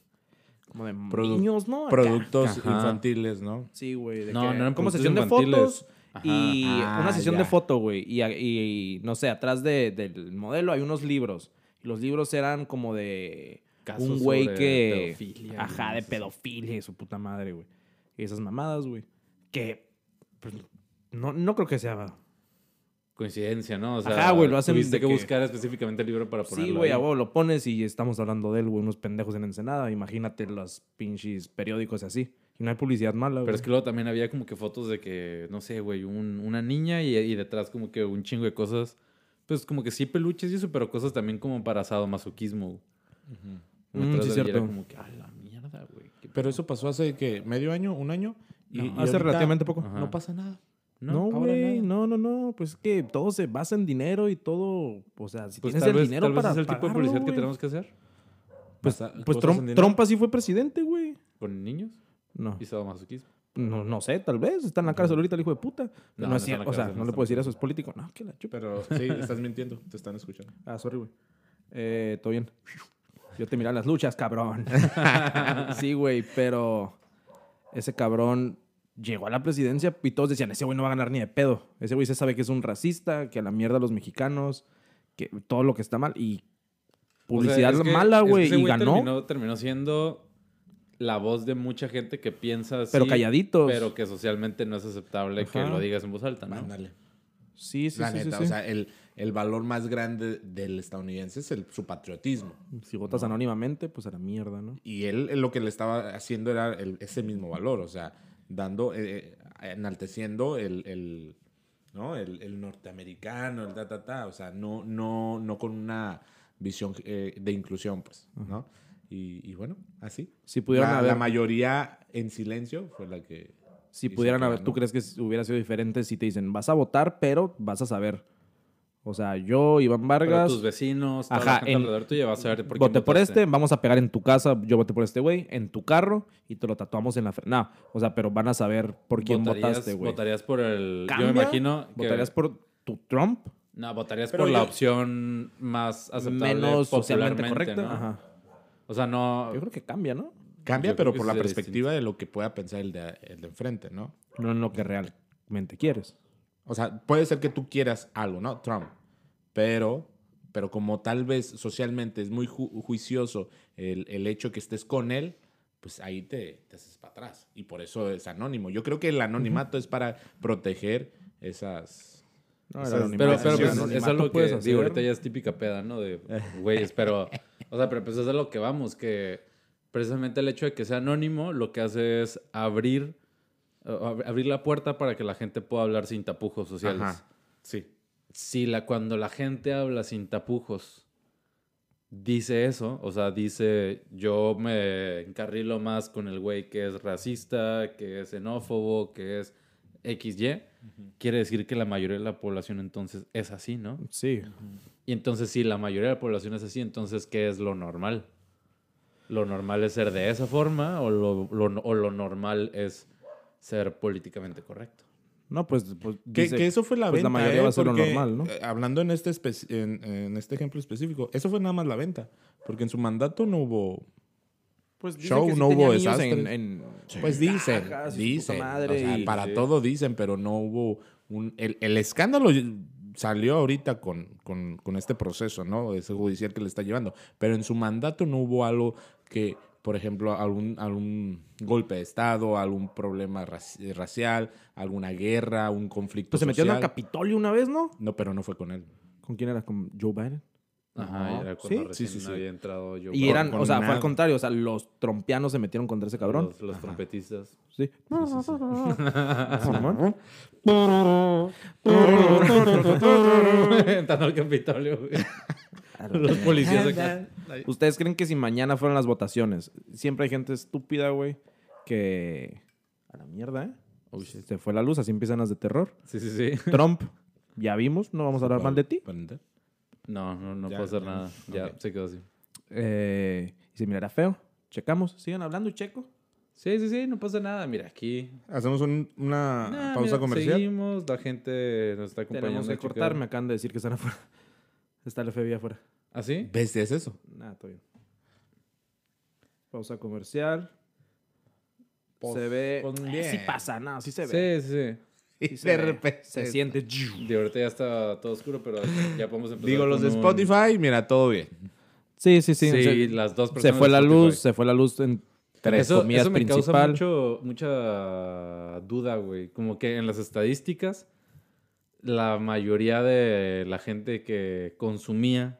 Como de Produ- niños, ¿no? Acá. Productos Ajá. infantiles, ¿no? Sí, güey. de No, que- no eran Como productos sesión de infantiles. fotos Ajá. y Ah, una sesión ya. de foto, güey. Y, a- y, no sé, atrás de- del modelo hay unos libros. Y los libros eran como de Casos un güey sobre que... pedofilia, Ajá, ¿no? de Sí, sí. pedofilia y su puta madre, güey. Y esas mamadas, güey. Que... pues, no, no creo que sea Coincidencia, ¿no? O sea, Ajá, güey, lo hacen tuviste de que, que- buscar específicamente el libro para ponerlo Sí, güey, ahí. a huevo lo pones y estamos hablando de él, güey, unos pendejos en Ensenada. Imagínate los pinches periódicos y así. Y no hay publicidad mala, Pero güey. es que luego también había como que fotos de que, no sé, güey, un- una niña y, y detrás como que un chingo de cosas. Pues como que sí peluches y eso, pero cosas también como para masoquismo. Mm, sí, cierto. como que, a la mierda, güey. qué Pero eso pasó hace, que ¿Medio año? ¿Un año? No, hace relativamente poco. Ajá. No pasa nada. No, ahora güey, nada. no, no, no. Pues es que todo se basa en dinero y todo. O sea, si Pues tienes tal el vez, dinero tal vez para. es el tipo de pagarlo, publicidad que güey. tenemos que hacer Pues, Pues Trump, Trump así fue presidente, güey. con niños No. y sadomasoquismo. no, no sé, tal vez está en la cárcel ahorita el hijo de puta. No, No, no es está en la cierto, o sea, cárcel, no no le está puedo decir en la eso, es político. No, que la chupa. Pero sí, estás mintiendo, te están escuchando. Ah, sorry, güey. Eh, todo bien. Yo te miraba en las luchas, cabrón. sí, güey, pero ese cabrón llegó a la presidencia y todos decían, ese güey no va a ganar ni de pedo. Ese güey se sabe que es un racista, que a la mierda a los mexicanos, que todo lo que está mal. Y publicidad O sea, es que- mala, es que güey, ese y ganó, Terminó, terminó siendo la voz de mucha gente que piensa así. pero calladitos. Pero que socialmente no es aceptable que Ajá. lo digas en voz alta, ¿no? Ándale. Sí, sí, la sí, sí, neta, sí. o sea, el, el valor más grande del estadounidense es el, su patriotismo. si votas anónimamente, pues a la mierda, ¿no? Y él eh, lo que le estaba haciendo era el- ese mismo valor, o sea, dando, eh, eh, enalteciendo el, el, ¿no? el, el norteamericano, el ta, ta, ta, o sea, no, no, no con una visión eh, de inclusión, pues, ¿no? Y, y bueno, así. Si pudieran la, la haber... mayoría en silencio fue la que... Si hizo pudieran que haber, ganó. ¿tú crees que s- hubiera sido diferente si te dicen, vas a votar, pero vas a saber? O sea, yo, Iván Pero Vargas, tus vecinos, toda la Ajá, gente en- alrededor tuya vas a ver por voté quién por votaste. este, vamos a pegar en tu casa, yo voté por este güey, en tu carro, y te lo tatuamos en la frente. No, o sea, pero van a saber por quién Votarías- votaste, güey. Votarías por el... Yo me ¿Cambia? imagino que... ¿Votarías por tu Trump? No, votarías Pero por la yo- opción más aceptable Menos socialmente popularmente, correcta. ¿no? Ajá. O sea, no... Yo creo que cambia, ¿no? Cambia, Yo creo pero que por sí la sería perspectiva de lo que pueda pensar el de, el de enfrente, ¿no? No en lo que realmente quieres. O sea, puede ser que tú quieras algo, ¿no? Trump. Pero, pero como tal vez socialmente es muy ju- juicioso el, el hecho que estés con él, pues ahí te, te haces para atrás. Y por eso es anónimo. Yo creo que el anonimato es para proteger esas... No, O el sea, anonimato. Pero, Sí, pero sí, pues, anonimato es algo que puedes hacer. digo, ahorita ya es típica peda, ¿no? De güeyes, pero... O sea, pero pues es de lo que vamos, que precisamente el hecho de que sea anónimo lo que hace es abrir, eh, ab- abrir la puerta para que la gente pueda hablar sin tapujos sociales. Ajá. Sí. Si la, cuando la gente habla sin tapujos dice eso, o sea, dice yo me encarrilo más con el güey que es racista, que es xenófobo, que es XY, quiere decir que la mayoría de la población entonces es así, ¿no? Sí. Y entonces, si la mayoría de la población es así, entonces, ¿qué es lo normal? ¿Lo normal es ser de esa forma o lo, lo- o lo normal es ser políticamente correcto? No, pues, pues, Que, dice- que eso fue la pues, venta. la mayoría ¿eh? va a ser lo Porque, normal, ¿no? eh, hablando en este, espe- en, en este ejemplo específico, eso fue nada más la venta. Porque en su mandato no hubo... Pues dicen Show, que sí no tenía hubo niños desastre. en- en- Pues dicen, cajas y su dicen. puta madre o sea, y- para Sí. todo dicen, pero no hubo un... El, el escándalo salió ahorita con, con, con este proceso, ¿no? Ese judicial que le está llevando. Pero en su mandato no hubo algo que, por ejemplo, algún, algún golpe de Estado, algún problema raci- racial, alguna guerra, un conflicto Pues se metió en el social. Capitolio una vez, ¿no? no, pero no fue con él. ¿Con quién era? ¿Con Joe Biden? Ajá, No. era Sí, cuando sí, recién sí, sí. había entrado yo. Y con- eran, con o sea, fue al nada. contrario. O sea, los trompianos se metieron contra ese cabrón. Los, los <laughs> trompetistas. <laughs> Sí. <laughs> Entrando al Capitolio, güey. <laughs> Los policías acá. ¿Ustedes creen que si mañana fueran las votaciones, siempre hay gente estúpida, güey, que... A la mierda, ¿eh? se fue la luz, así empiezan las <laughs> de terror. Sí, sí, sí. Trump, ya vimos, no vamos a hablar mal de ti. ¿Prender? No, no, no Ya, puedo hacer ya. nada. Ya, Ok. se quedó así. Eh, dice, mira, era feo. Checamos, sigan hablando y checo. Sí, sí, sí, no pasa nada. Mira, aquí. Hacemos un- una Nah, pausa mira, comercial. Seguimos, la gente nos está acompañando. Ah, Tenemos que chequear. cortar, me acaban de decir que están afuera. Está el FBI afuera. ¿Ah, sí? Bestia es eso. Nada, todo bien. Pausa comercial. se ve. pon Eh, bien. sí pasa, no, sí se ve. Sí, sí, sí. <laughs> Sí se de ve. repente. Se siente. De ahorita ya está todo oscuro, pero ya podemos empezar. Digo, los de con un- Spotify, mira, todo bien. Sí, sí, sí. Sí, se, las dos se personas. fue de la Spotify. luz, se fue la luz en tres eso, comidas eso me causa principal. mucho, mucha duda, güey. Como que en las estadísticas, la mayoría de la gente que consumía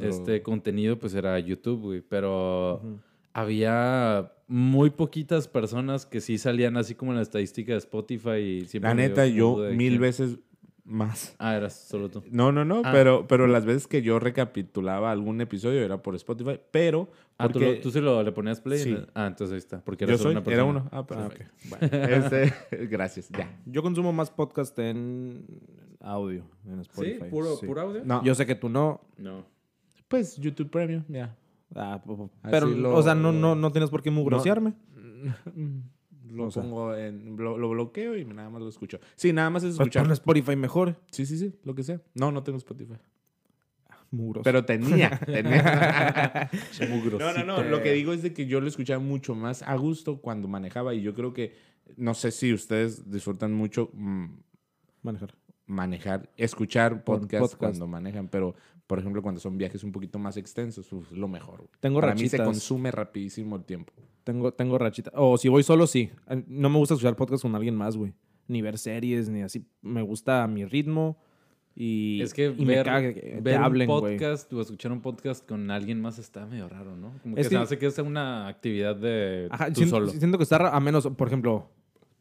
este contenido, pues era YouTube, güey. Pero Ujú. había muy poquitas personas que sí salían así como en la estadística de Spotify. Y siempre La me dio neta, como yo duda de mil quién. veces más. Ah, eras solo tú. No, no, no, Ah. pero, pero las veces que yo recapitulaba algún episodio era por Spotify, pero Ah, ¿tú, porque lo- tú se lo le ponías play. Sí. Ah, entonces ahí está. Porque yo eras solo soy, una era persona. uno. Ah, Ah, perfecto. ok. Bueno. Este, <laughs> gracias, ya. Yo consumo más podcast en audio, en Spotify. sí. audio. No, Yo sé que tú no. No. pues YouTube Premium, ya. ah, p- p- Así pero, lo- o sea, no, no, no tienes por qué mugrosearme. Lo O sea. pongo en. Lo, lo bloqueo y nada más lo escucho. Sí, nada más es Pues escuchar. ponlo en Spotify mejor. Sí, sí, sí, lo que sea. No, no tengo Spotify. Muros. Pero tenía. <laughs> tenía. <laughs> no, no, no. Mugrosito. Lo que digo es de que yo lo escuchaba mucho más a gusto cuando manejaba. Y yo creo que. No sé si ustedes disfrutan mucho mm, Manejar. manejar, escuchar podcast, podcast. cuando manejan, pero por ejemplo cuando son viajes un poquito más extensos, uf, es lo mejor. güey. Tengo Para mí se rachitas. consume rapidísimo el tiempo. Tengo, tengo rachita. O si voy solo, sí. Eh, No me gusta escuchar podcast con alguien más, güey. Ni ver series, ni así. Me gusta a mi ritmo. Y, es que y me ver, caga que te ver hablen, un güey. podcast o escuchar un podcast con alguien más está medio raro, ¿no? Como que Es se que- hace que es una actividad de Ajá, tú siento, solo. siento que está ra- a menos, por ejemplo,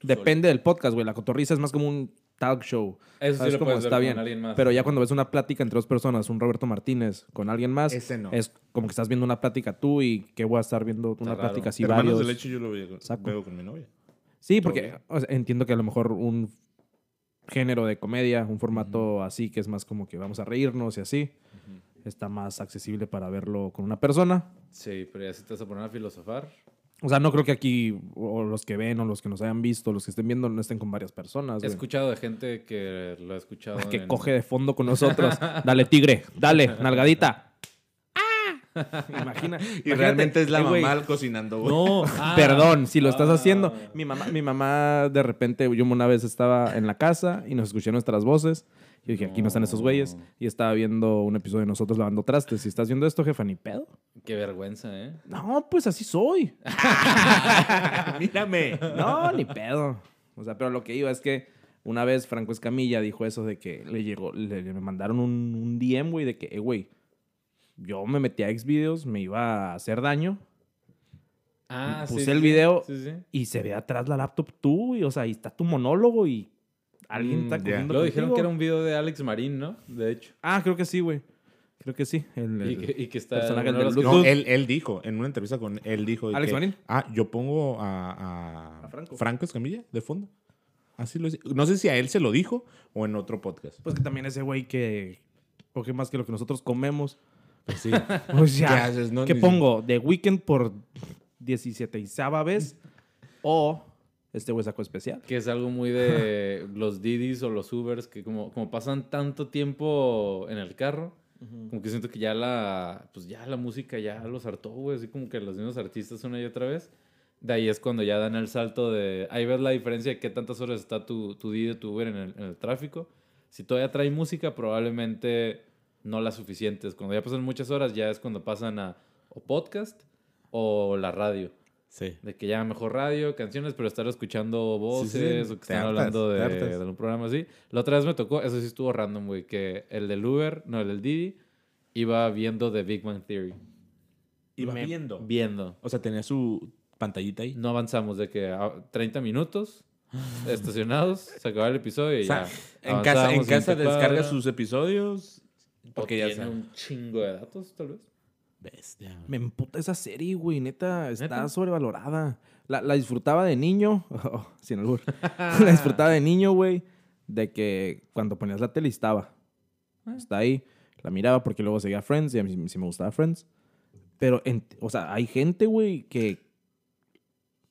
depende del podcast, güey. La cotorriza es más como un talk show. Eso sí ¿Sabes lo cómo? puedes ver está con bien. alguien más. Pero ya cuando ves una plática entre dos personas, un Roberto Martínez con alguien más, Ese no. es como que estás viendo una plática tú y que voy a estar viendo una raro. plática así Hermanos varios. del hecho yo lo veo, Saco. veo con mi novia. Sí, Todo porque bien. o sea, entiendo que a lo mejor un género de comedia, un formato así que es más como que vamos a reírnos y así, está más accesible para verlo con una persona. Sí, pero ya si te vas a poner a filosofar. O sea, no creo que aquí o los que ven o los que nos hayan visto, los que estén viendo, no estén con varias personas. He güey. escuchado de gente que lo ha escuchado. que en- coge de fondo con nosotros. Dale, tigre, dale, nalgadita. <laughs> ¡Ah! Imagina. Y imagínate, realmente es la eh, güey, mamá cocinando, güey. No, ah, <laughs> Perdón, si lo estás ah. haciendo. Mi mamá, mi mamá, de repente, yo una vez estaba en la casa y nos escuché nuestras voces. Yo dije, aquí no están esos güeyes. No. Y estaba viendo un episodio de nosotros lavando trastes. Si estás viendo esto, jefa, ni pedo. Qué vergüenza, ¿eh? No, pues <laughs> así soy. Mírame. No, ni pedo. O sea, pero lo que iba es que una vez Franco Escamilla dijo eso de que le llegó, le, le mandaron un, un DM, güey, de que, eh, güey, yo me metí a Xvideos, me iba a hacer daño Ah, Puse el video. Sí, sí. y se ve atrás la laptop tú, güey. O sea, ahí está tu monólogo y alguien Mm, está ya. comiendo Luego dijeron contigo. que era un video de Alex Marín, ¿no? De hecho. Ah, creo que sí, güey. Creo que sí. El, Y el- que, y que está. personaje uno de los- del Bluetooth. No, él, él dijo, en una entrevista con él dijo. de Pues ¿Alex Marín? Ah, yo pongo a, a, A Franco. Escamilla de fondo. Así lo dice. No sé si a él se lo dijo o en otro podcast. Pues que también ese güey que coge más que lo que <laughs> nosotros comemos. Pues sí. O sea, ¿Qué ¿qué, haces, no? Ni- pongo? ¿The Weeknd por 17 vez? ¿O este güey sacó especial? Que es algo muy de los Didis o los Ubers, que como, como pasan tanto tiempo en el carro, como que siento que ya la, pues ya la música ya los hartó, güey, así como que los mismos artistas una y otra vez. De ahí es cuando ya dan el salto de, ahí ves la diferencia de qué tantas horas está tu, tu Didi o tu Uber en el, en el tráfico. Si todavía trae música, probablemente no las suficientes. Cuando ya pasan muchas horas, ya es cuando pasan a o podcast o la radio. <laughs> Sí. De que ya mejor radio, canciones, pero estar escuchando voces Sí, sí, o sí. que Te están hartas, hablando te de, hartas. de un programa así. La otra vez me tocó, eso sí estuvo random, güey, que el del Uber, no, el del Didi, iba viendo The Big Bang Theory. Iba Me- viendo. Viendo. O sea, tenía su pantallita ahí. No avanzamos de que ah, 30 minutos <gasps> estacionados, se acababa el episodio y O sea, ya. en casa, en Avanzábamos casa 20 cuadras. descarga sus episodios. O Porque ya tiene sabe. un chingo de datos, tal <laughs> vez. Bestia. Me emputa esa serie, güey. Neta, está ¿Neta? sobrevalorada. La, la disfrutaba de niño. <laughs> oh, sin albur. <laughs> la disfrutaba de niño, güey. De que cuando ponías la tele estaba. Está ahí. La miraba porque luego seguía Friends y a mí sí me gustaba Friends. Pero, en- o sea, hay gente, güey, que...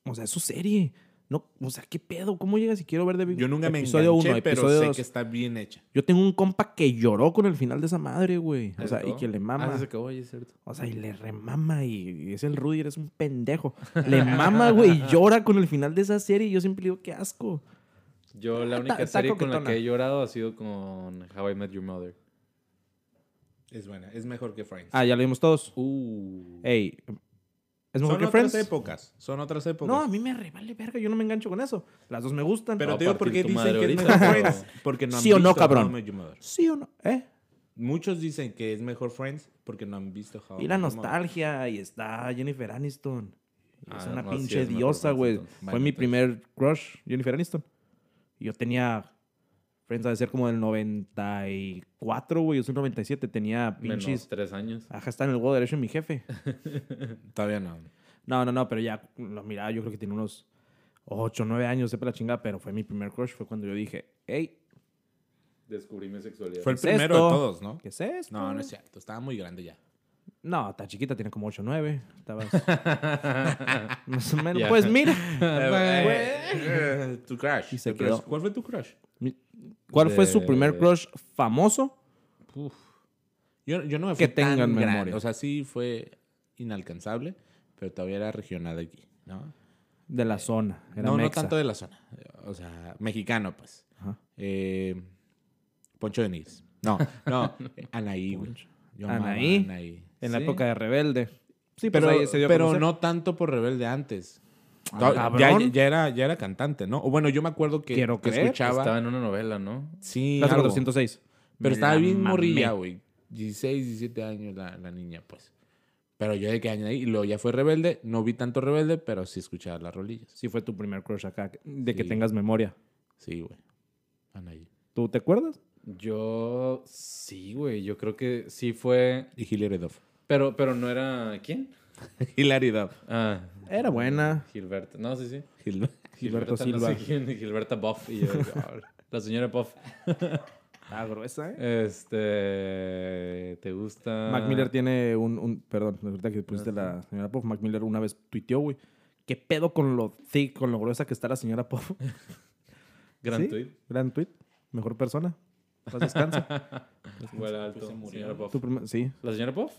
O sea, es su serie. No, o sea, ¿qué pedo? ¿Cómo llegas si quiero ver de Yo nunca me episodio enganché, uno, pero episodio sé dos? que está bien hecha. Yo tengo un compa que lloró con el final de esa madre, güey. O sea, y que le mama. Ah, se acabó, ya es cierto. O sea, y le remama y, y es el Rudy, eres un pendejo. Le mama, güey, <laughs> y llora con el final de esa serie y yo siempre digo, qué asco. Yo la Ta- única ta serie con la coquetona. que he llorado ha sido con How I Met Your Mother. Es buena. Es mejor que Friends. Ah, ya lo vimos todos. Uh. Ey, ¿es mejor Son que otras Friends? épocas. Son otras épocas. No, a mí me re vale verga, yo no me engancho con eso. Las dos me gustan. Pero No, te digo a por partir qué tu dicen madre que es ahorita, mejor pero- Friends. Porque no han ¿Sí o no, visto How I cabrón? Met Your Mother. ¿Sí o no? ¿Eh? Muchos dicen que es mejor Friends porque no han visto How I Y la Met Your Mother. nostalgia y está Jennifer Aniston. Ah, es una no, sí, pinche es mejor diosa, Friends, güey. entonces. Fue Bueno, mi entonces. primer crush, Jennifer Aniston. Yo tenía Friends ha de ser como del 94, güey. Yo soy 97, tenía Menos pinches tres años. Ajá, está en el huevo derecho mi jefe. Todavía no. No, no, no, pero ya lo miraba, yo creo que tiene unos 8, 9 años, sepa la chingada, pero fue mi primer crush, fue cuando yo dije, hey, Descubrí mi sexualidad. Fue el ¿Es primero de esto? todos, ¿no? ¿qué es esto? No, no es cierto. Estaba muy grande ya. No, está chiquita, tiene como 8 o 9. <laughs> Estabas. más o menos. Pues mira. Güey. Eh, tu crush. Y se tu crush. quedó. ¿Cuál fue tu crush? ¿Cuál fue su primer crush famoso? Yo, yo no me Que fui tan tengan grande. memoria. O sea, sí fue inalcanzable, pero todavía era regional de aquí, ¿no? De la zona. Era no, no mexa. tanto de la zona. O sea, mexicano, pues. Ajá. Eh, Poncho de Nigris. No, <laughs> no. Anaí, güey. Yo amaba a Anaí. Anaí. En la Sí. época de Rebelde. Sí, Pero, pues ahí se dio a pero conocer. no tanto por Rebelde antes. Ah, Ta- ya, cabrón. ya era, ya era cantante, ¿no? O bueno, yo me acuerdo que, Quiero que creer. escuchaba. Estaba en una novela, ¿no? Sí, Clase algo. 406. Pero Me estaba la bien mamé. morrilla, güey. 16, 17 años la, la niña, pues. Pero yo de qué año ahí. Y luego ya fue rebelde. No vi tanto rebelde, pero sí escuchaba las rolillas. Sí, fue tu primer crush acá. De que Sí. tengas memoria. Sí, güey. Anaí. ¿Tú te acuerdas? Yo sí, güey. Yo creo que sí fue. Y Hilary Duff. Pero, pero no era. ¿Quién? Hilary Duff. Ah. Era buena. Gilberta. No, sí, sí. Hil- Gilberto No sé Silva. quién, Gilberta Buff. <laughs> Y yo, "Ah, la señora Buff. Ah, gruesa, ¿eh? Este. ¿Te gusta? Ah. Mac Miller tiene un, un- Perdón, ahorita que Ah, pusiste la señora Puff. Mac Miller una vez tuiteó, güey. ¿Qué pedo con lo thick, con lo gruesa que está la señora Puff? Gran Sí, tweet. Gran tweet. Mejor persona. Paz <laughs> descanse. Vuela alto. señora Buff. Tu primer- Sí. ¿La señora Puff?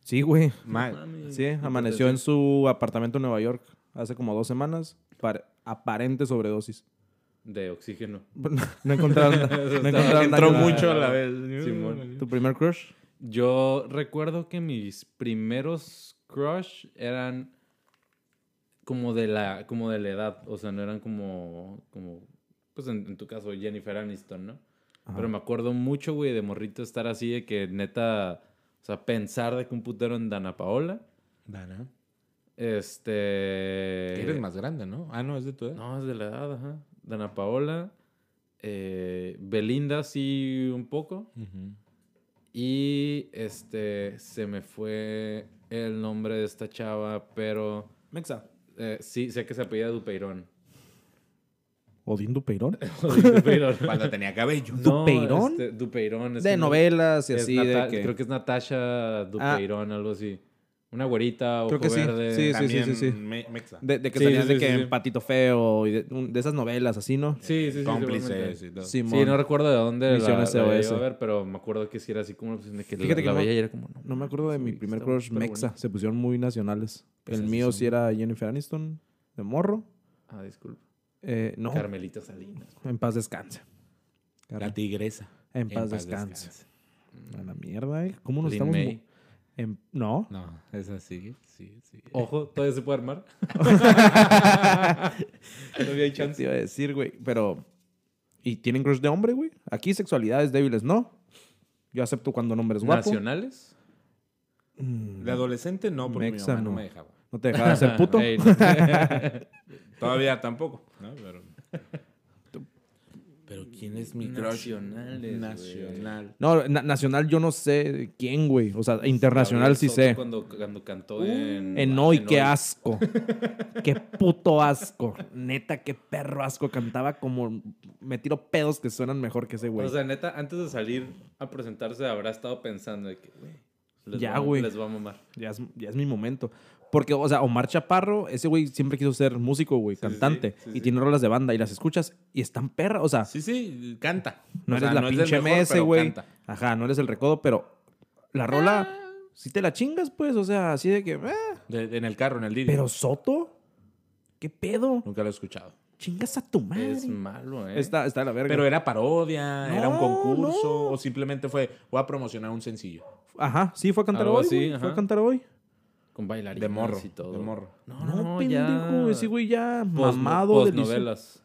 Sí, güey. Ma- Sí, amaneció en su apartamento en Nueva York hace como dos semanas. Para aparente sobredosis. <laughs> De oxígeno. No <laughs> encontraron. no encontraron Entró daño. mucho a la vez. Simón. ¿Tu primer crush? Yo recuerdo que mis primeros crush eran como de la, como de la edad. O sea, no eran como, como pues en, en tu caso, Jennifer Aniston, ¿no? Pero me acuerdo mucho, güey, de morrito estar así de que neta, o sea, pensar de que un putero en Dana Paola. Dana. Este... Eres más grande, ¿no? Ah, no, es de tu edad. No, es de la edad, ajá. Dana Paola. eh, Belinda sí un poco. Ujú. Y este se me fue el nombre de esta chava, pero Mexa. eh, sí, sé que se apellida <laughs> Dupeirón. <laughs> Odín Dupeirón. Dupeirón. Cuando tenía cabello. ¿Dupeirón? este, Dupeirón. es de una- novelas y es así. Nata- de que... Ah. Creo que es Natasha Dupeirón, algo así. Una güerita, ojo Creo que sí, verde. sí, sí. También sí. me- mexa. De, de que Sí, salías sí, de sí, que sí. en Patito Feo y de, un- de esas novelas así, ¿no? Sí, sí, sí. seguramente. Cómplices Sí, y todo. Simón. no recuerdo de dónde la, Misión la SOS. iba a ver, pero me acuerdo que sí era así como una opción de que la- Fíjate que la, no- veía y era como... No, No me acuerdo de mi sí, primer está- crush está mexa. bonito. Se pusieron muy nacionales. Pues el así mío son. sí era Jennifer Aniston, de morro. Ah, disculpa. Eh, no, Carmelita Salinas. en paz descanse. La tigresa. En paz, descanse. A la mierda, ¿eh? ¿Cómo nos Lin estamos...? May. mu- en- no. No, esa sí, sí, sí. Ojo, todavía se puede <laughs> armar. <laughs> todavía hay Yo chance. <laughs> te iba a decir, güey, pero... ¿Y tienen crush de hombre, güey? Aquí sexualidades débiles, no. Yo acepto cuando un hombre es Pues, guapo. ¿Nacionales? Mm, De Oh, adolescente no, porque Mexa, mi mamá no. no. me dejaba. No te dejaba ser <laughs> puto. Ey, no sé. <laughs> Todavía tampoco. ¿no? Pero... Pero ¿quién es mi crush? Nacionales, güey. Nacional. No, na- nacional yo no sé quién, güey. O sea, internacional Gabriel sí Soto sé. Cuando, cuando Uh, cantó en... Uh, En hoy, qué Hoy. asco. <laughs> qué puto asco. Neta, qué perro asco. Cantaba como. Me tiro pedos que suenan mejor que ese güey. O sea, neta, antes de salir a presentarse habrá estado pensando de que, güey, les Ya, va a- güey. les va a mamar. ya, es, ya es mi momento. Porque, o sea, Omar Chaparro, ese güey siempre quiso ser músico, güey, sí, cantante. sí, y sí. tiene rolas de banda y las escuchas y están perras. O sea, Sí, sí, canta. no O sea, eres la no es del pinche mejor, MS, pero güey. canta. Ajá, no eres el recodo, pero la rola, Ah. si te la chingas, pues. O sea, así de que. eh, De- En el carro, en el Didi. Pero Soto, ¿qué pedo? Nunca lo he escuchado. Chingas a tu madre. Es malo, ¿eh? Está, está de la verga. Pero era parodia, No, era un concurso, no. o simplemente fue, voy a promocionar un sencillo. Ajá, sí, fue a cantar Algo hoy. así, güey, fue ajá. a cantar hoy. Con bailarines De morro. y todo. De morro. No, no, ya. Ese güey ya Post- mamado de postnovelas.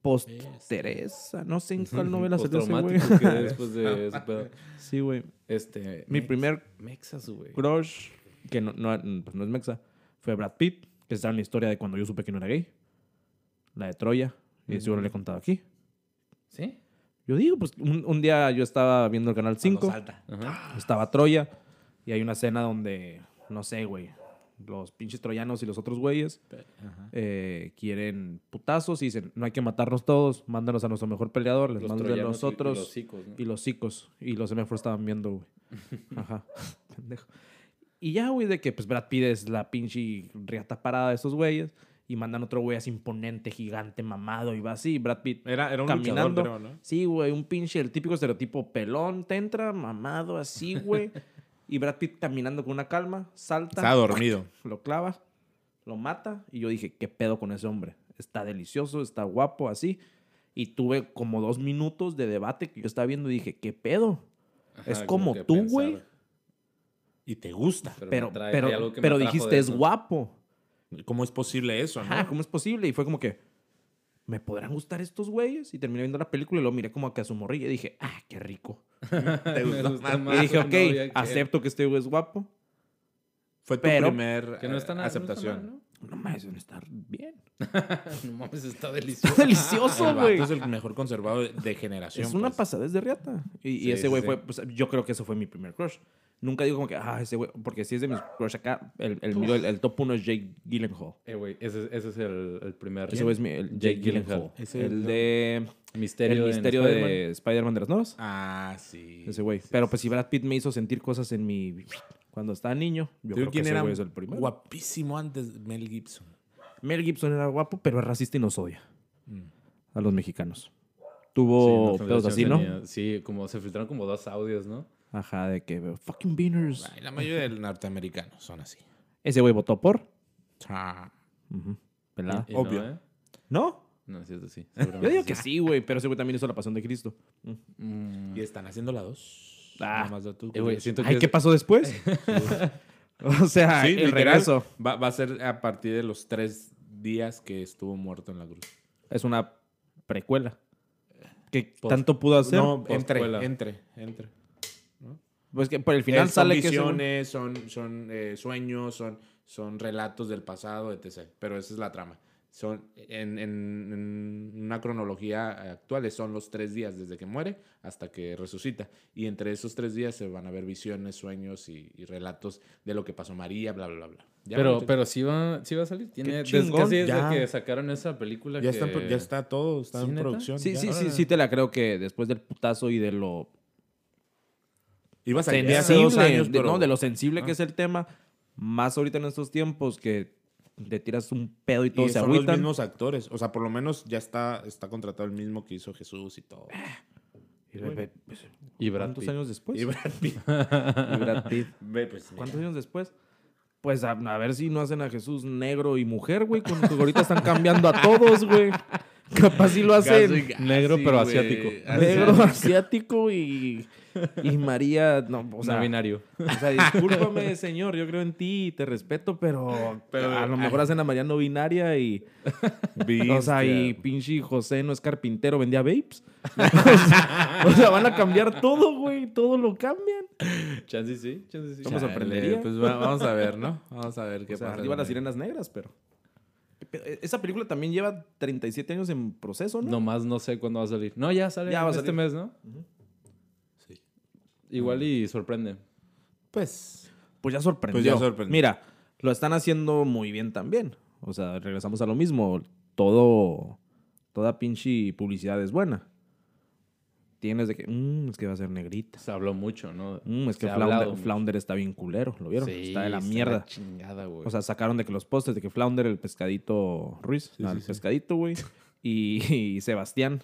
Post Teresa. No sé en <laughs> cuál novela salió ese güey. Postraumático que después <laughs> de ese pedo. Sí, güey. Este... Mi Mex- primer Mexas, güey. crush, que no, no, pues no es mexa, fue Brad Pitt, que está en la historia de cuando yo supe que no era gay. La de Troya. Y seguro le he contado aquí. ¿Sí? Yo digo, pues un, un día yo estaba viendo el canal 5. Cuando salta. Ajá. Estaba Troya y hay una escena donde, no sé, güey, los pinches troyanos y los otros güeyes Ajá. eh, quieren putazos y dicen, no hay que matarnos todos, mándanos a nuestro mejor peleador, les mandan de troyanos los y- y otros los sicos, ¿no? y los, sicos. Y los MFO estaban viendo, güey. Ajá, <laughs> pendejo. Y ya, güey, de que pues Brad Pitt es la pinche riata parada de esos güeyes. Y mandan otro güey así imponente, gigante, mamado. Y va así, Brad Pitt. Era, era un caminando. luchador, creo, ¿no? Sí, güey, un pinche, el típico estereotipo pelón, te entra, mamado, <laughs> así, güey. y Brad Pitt caminando con una calma, salta, Estaba dormido. lo clava, lo mata. Y yo dije, ¿qué pedo con ese hombre? Está delicioso, está guapo, así. Y tuve como dos minutos de debate que yo estaba viendo y dije, ¿qué pedo? Es Ajá, como que tú, pensar, güey. Y te gusta. Pero, me Pero, atrae, pero, hay algo que me pero atrajo dijiste, de es eso. guapo. ¿Cómo es posible eso, no? Ajá, ¿cómo es posible? Y fue como que, ¿me podrán gustar estos güeyes? Y terminé viendo la película y lo miré como que a su morrilla y dije, ¡ah, qué rico! <laughs> Me Te <laughs> gustó gusta más. más Y dije, su novia ok, que- acepto que este güey es guapo. Fue tu Pero- primer Que no está eh, nada. aceptación. No, No mames, van a estar <laughs> bien. está mal, <laughs> ¿no? No mames, está Está delicioso. <laughs> delicioso, El vato güey. es el mejor conservado de, de generación. Es una pues. pasadez de riata. Y, y Sí, ese sí, güey sí. fue, pues, yo creo que eso fue mi primer crush. Nunca digo como que, ah, ese güey, porque si es de mis crush acá, el, el, mío, el, el top uno es Jake Gyllenhaal. Eh, güey, ese, ese es el, el primer. Ese güey es mi, el Jake Jake, Gyllenhaal. Gyllenhaal. Ese el no. de... misterio, el en misterio Spider-Man. de Spider-Man de las Novas. Ah, sí. ese güey. Sí, Pero sí. pues si Brad Pitt me hizo sentir cosas en mi... Cuando estaba niño, yo ¿Tú creo que quién ese era güey es el primero. Guapísimo antes Mel Gibson. Mel Gibson era guapo, pero es racista y nos odia Mm. a los mexicanos. Sí, Tuvo una pedos conversación así, ¿no? tenía- Sí, como se filtraron como dos audios, ¿no? Ajá, de que fucking beaners. Ay, La mayoría de los norteamericanos son así. Ese güey votó por. Ah, ¿Verdad? Y no, Obvio. ¿eh? ¿No. No, es cierto, <laughs> sí. Yo digo seguramente que sí, güey, pero ese güey también hizo la pasión de Cristo. sí. Mm. Y están haciendo la dos. Ah. Nada más pues, dato Eh, güey, curioso. siento que Ay, es- ¿qué pasó después? <laughs> o sea, Sí, Ah, el literal, regreso Va, va a ser a partir de los tres días que estuvo muerto en la cruz. es una precuela. ¿Qué Post- tanto pudo hacer? Eh, No, entre, poscuela. entre, entre. Pues que por el final Eh, son sale que ese güey- visiones, son, son eh, sueños, son, son relatos del pasado, etc. Pero esa es la trama. Son en, en- en una cronología actual son los tres días desde que muere hasta que resucita. Y entre esos tres días se van a ver visiones, sueños y, y relatos de lo que pasó María, bla, bla, bla, bla. Ya, pero, muchachos. pero sí va, sí va a salir. Tiene, des- chingón, casi desde ya. que sacaron esa película. ya, está en que- pro- ya está todo, está ¿Sí, en neta? producción. Sí, ya. sí, sí, sí te la creo que después del putazo y de lo Iba a salir hace dos sensible, años, de- pero... no, de lo sensible que Ah. es el tema, más ahorita en estos tiempos que te tiras un pedo y Y todo se son los agüitan. mismos actores. O sea, por lo menos ya está, está contratado el mismo que hizo Jesús y Ah, todo. Y ve- ve- pues, Y Brad ¿Cuántos Pitt. años después? Y Brad Pitt. <laughs> Y Brad Pitt. Ve, pues, mira. ¿Cuántos años después? Pues a, a ver si no hacen a Jesús negro y mujer, güey. Con que ahorita están cambiando a todos, <laughs> güey. Capaz si lo hacen Casi, negro, casi, pero güey. asiático. negro, asiático y, y María. No, o sea, no binario. o sea, discúlpame, señor. Yo creo en ti y te respeto, pero, Pero- a lo mejor hacen a María no binaria y. O sea, y pinche José no es carpintero, vendía vapes. <laughs> O sea, o sea, van a cambiar todo, güey. Todo lo cambian. Chance sí, chance sí. ¿Cómo se Chale, aprendería? Pues va- vamos a ver, ¿no? Vamos a ver qué O sea, pasa. arriba con las él. sirenas negras, pero... ¿Qué pedo? E- Esa película también lleva 37 años en proceso, ¿no? Nomás no sé cuándo va a salir. No, ya sale Ya va a este salir. mes, ¿no? Sí. Igual y sorprende. Pues. Pues ya sorprendió. Pues ya sorprendió. Mira, lo están haciendo muy bien también. O sea, regresamos a lo mismo. Todo... Toda pinche publicidad es buena. Tienes de que... "Mm, es que va a ser negrita. Se habló mucho, ¿no? Mm, es que Se ha hablado Flounder, mucho. Flounder está bien culero. ¿Lo vieron? Sí, pues, está de la está mierda. chingada, güey. O sea, sacaron de que los postes de que Flounder, el pescadito Ruiz, Sí, no, sí, el sí. pescadito, güey, y, <laughs> y Sebastián.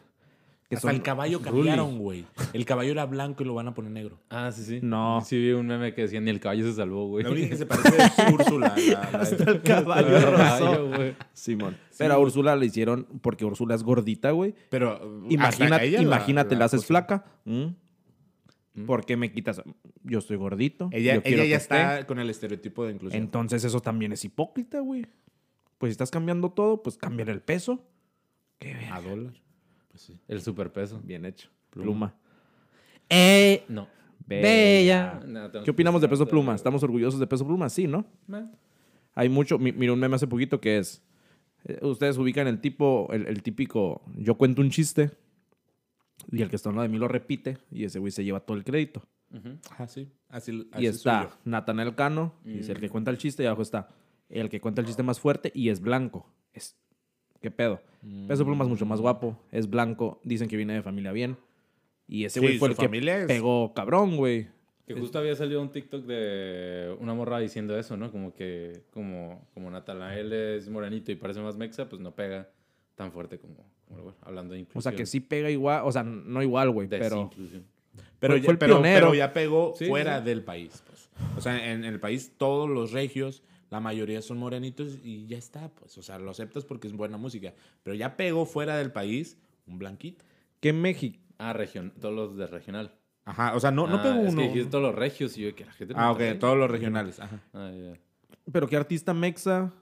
Que Hasta son- el caballo cambiaron, güey. El caballo era blanco y lo van a poner negro. ah, sí, sí. <laughs> No. Sí vi un meme que decía ni el caballo se salvó, güey. <laughs> <laughs> La única que se parece <laughs> es Úrsula. la- la- el caballo El rosó. caballo, güey. Simón. Pero a Úrsula le hicieron porque Úrsula es gordita, güey. Pero. uh, hasta Imagínate, ella la- imagínate, la, la haces cosa- flaca. ¿Mm? ¿Por qué me quitas? Yo estoy gordito. Ella, yo ella quiero que ya está esté. con el estereotipo de inclusión. Entonces eso también es hipócrita, güey. Pues si estás cambiando todo, pues cambiar el peso. Qué ver- a dólar. Pues sí. El superpeso. Bien hecho. Pluma. Pluma. Eh, no. Bella. No, tengo ¿Qué que opinamos de pensar, Peso tengo Pluma? que- ¿Estamos orgullosos de Peso Pluma? Sí, ¿no? Meh. Hay mucho. mi- Miré un meme hace poquito que es. eh, Ustedes ubican el tipo, el, el típico. Yo cuento un chiste y el que está al lado de mí lo repite y ese güey se lleva todo el crédito. Ujú. Ah, sí. Así, así Y soy está yo. Natanael Cano y es el Mm. que cuenta el chiste y abajo está el que cuenta el chiste más fuerte y es blanco. Es. ¿Qué pedo? Peso Pluma es mucho Mm. más guapo, es blanco, dicen que viene de familia bien. Y ese Sí, güey fue su el que familia es- pegó cabrón, güey. Que justo había salido un TikTok de una morra diciendo eso, ¿no? Como que como, como Natanael es morenito y parece más mexa, pues no pega tan fuerte como, como el güey. hablando de inclusión. O sea, que sí pega igual, o sea, no igual, güey, pero... Desinclusión. Pero, Fue- ya, fue el pero, pionero. pero ya pegó Sí, fuera sí. del país. pues. O sea, en, en el país todos los regios, la mayoría son morenitos y ya está. pues O sea, lo aceptas porque es buena música. Pero ya pegó fuera del país un blanquito. Que México... Ah, región, todos los de regional. Ajá, o sea, no, no Ah, pegó es uno. que dijiste todos los regios y yo que la gente... de ah, ok, Monterrey. todos los regionales. Ajá, Ah, ya. Pero qué artista mexa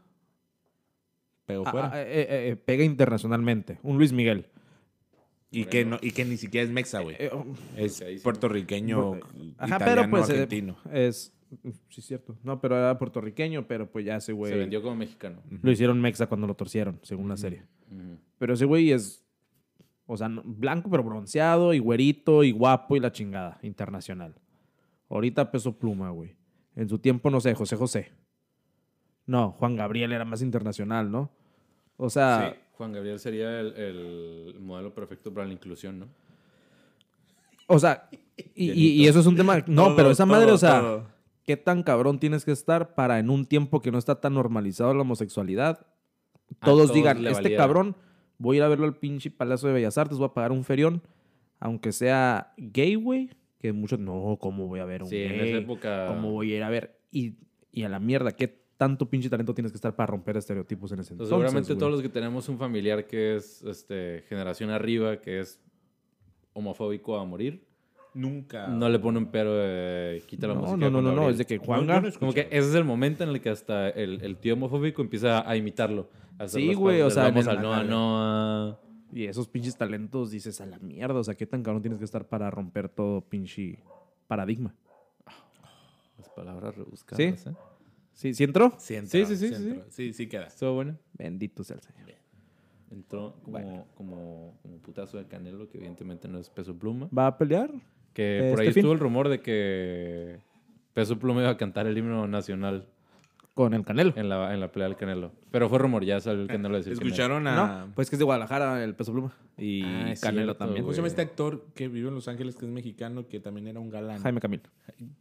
pegó ah, fuera. ah, eh, eh, eh, pega internacionalmente. Un Luis Miguel. y, que no, y que ni siquiera es mexa, güey. Eh, oh, es Ahí sí. puertorriqueño, Por- ajá, Ajá, pero pues eh, argentino. es... Sí, es cierto. No, pero era puertorriqueño, pero pues ya ese güey... Se vendió como mexicano. Lo hicieron mexa cuando lo torcieron, según la serie. Ujú. Pero ese güey es, o sea, no- blanco pero bronceado y güerito y guapo y la chingada, internacional. Ahorita peso pluma, güey. En su tiempo, no sé, José José. No, Juan Gabriel era más internacional, ¿no? O sea, Sí, Juan Gabriel sería el, el modelo perfecto para la inclusión, ¿no? o sea, y, y- y eso es un <laughs> tema... No, Todo, pero esa madre, todo, o sea, todo. ¿qué tan cabrón tienes que estar para en un tiempo que no está tan normalizado la homosexualidad? Todos, todos digan, le este valiera". cabrón, voy a ir a verlo al pinche Palacio de Bellas Artes, voy a pagar un ferión, aunque sea gay, güey, que muchos, no, ¿cómo voy a ver a un Sí, en esa gay? época... pues, ¿Cómo voy a ir a ver? Y, y a la mierda, ¿qué tanto pinche talento tienes que estar para romper estereotipos en ese Entonces, Pues, entonces? seguramente güey? todos los que tenemos un familiar que es este, generación arriba, que es homofóbico a morir, Nunca. no le pone un pero de quita la Ah. No, música. no, de no, Juan no, no, Gabriel. es de que Yo- Juan yo no Gabriel... escucho. Como que ese es el momento en el que hasta el, el tío homofóbico empieza a imitarlo. a hacer Sí, los güey, pasos o del sea, en Vamos al el- Noa Noa. Y esos pinches talentos dices a la mierda, o sea, ¿qué tan cabrón tienes que estar para romper todo pinche paradigma? Las palabras rebuscadas, ¿eh? ¿Sí, ¿sí entró? Sí, Sí, sí, sí, sí, entró. Sí, sí queda. Estuvo bueno. Bendito sea el Señor. Entró como, como, como putazo de canelo, que evidentemente no es peso pluma. ¿Va a pelear? Que Este por ahí fin. estuvo el rumor de que peso pluma iba a cantar el himno nacional Con el Canelo. en la, en la pelea del canelo. Pero fue rumor, ya salió el canelo a decir que no. Escucharon a. No, pues que es de Guadalajara el peso pluma. Y Ah, es Canelo cierto, también. ¿Cómo se llama güey. este actor que vive en Los Ángeles, que es mexicano, que también era un galán? Jaime Camil.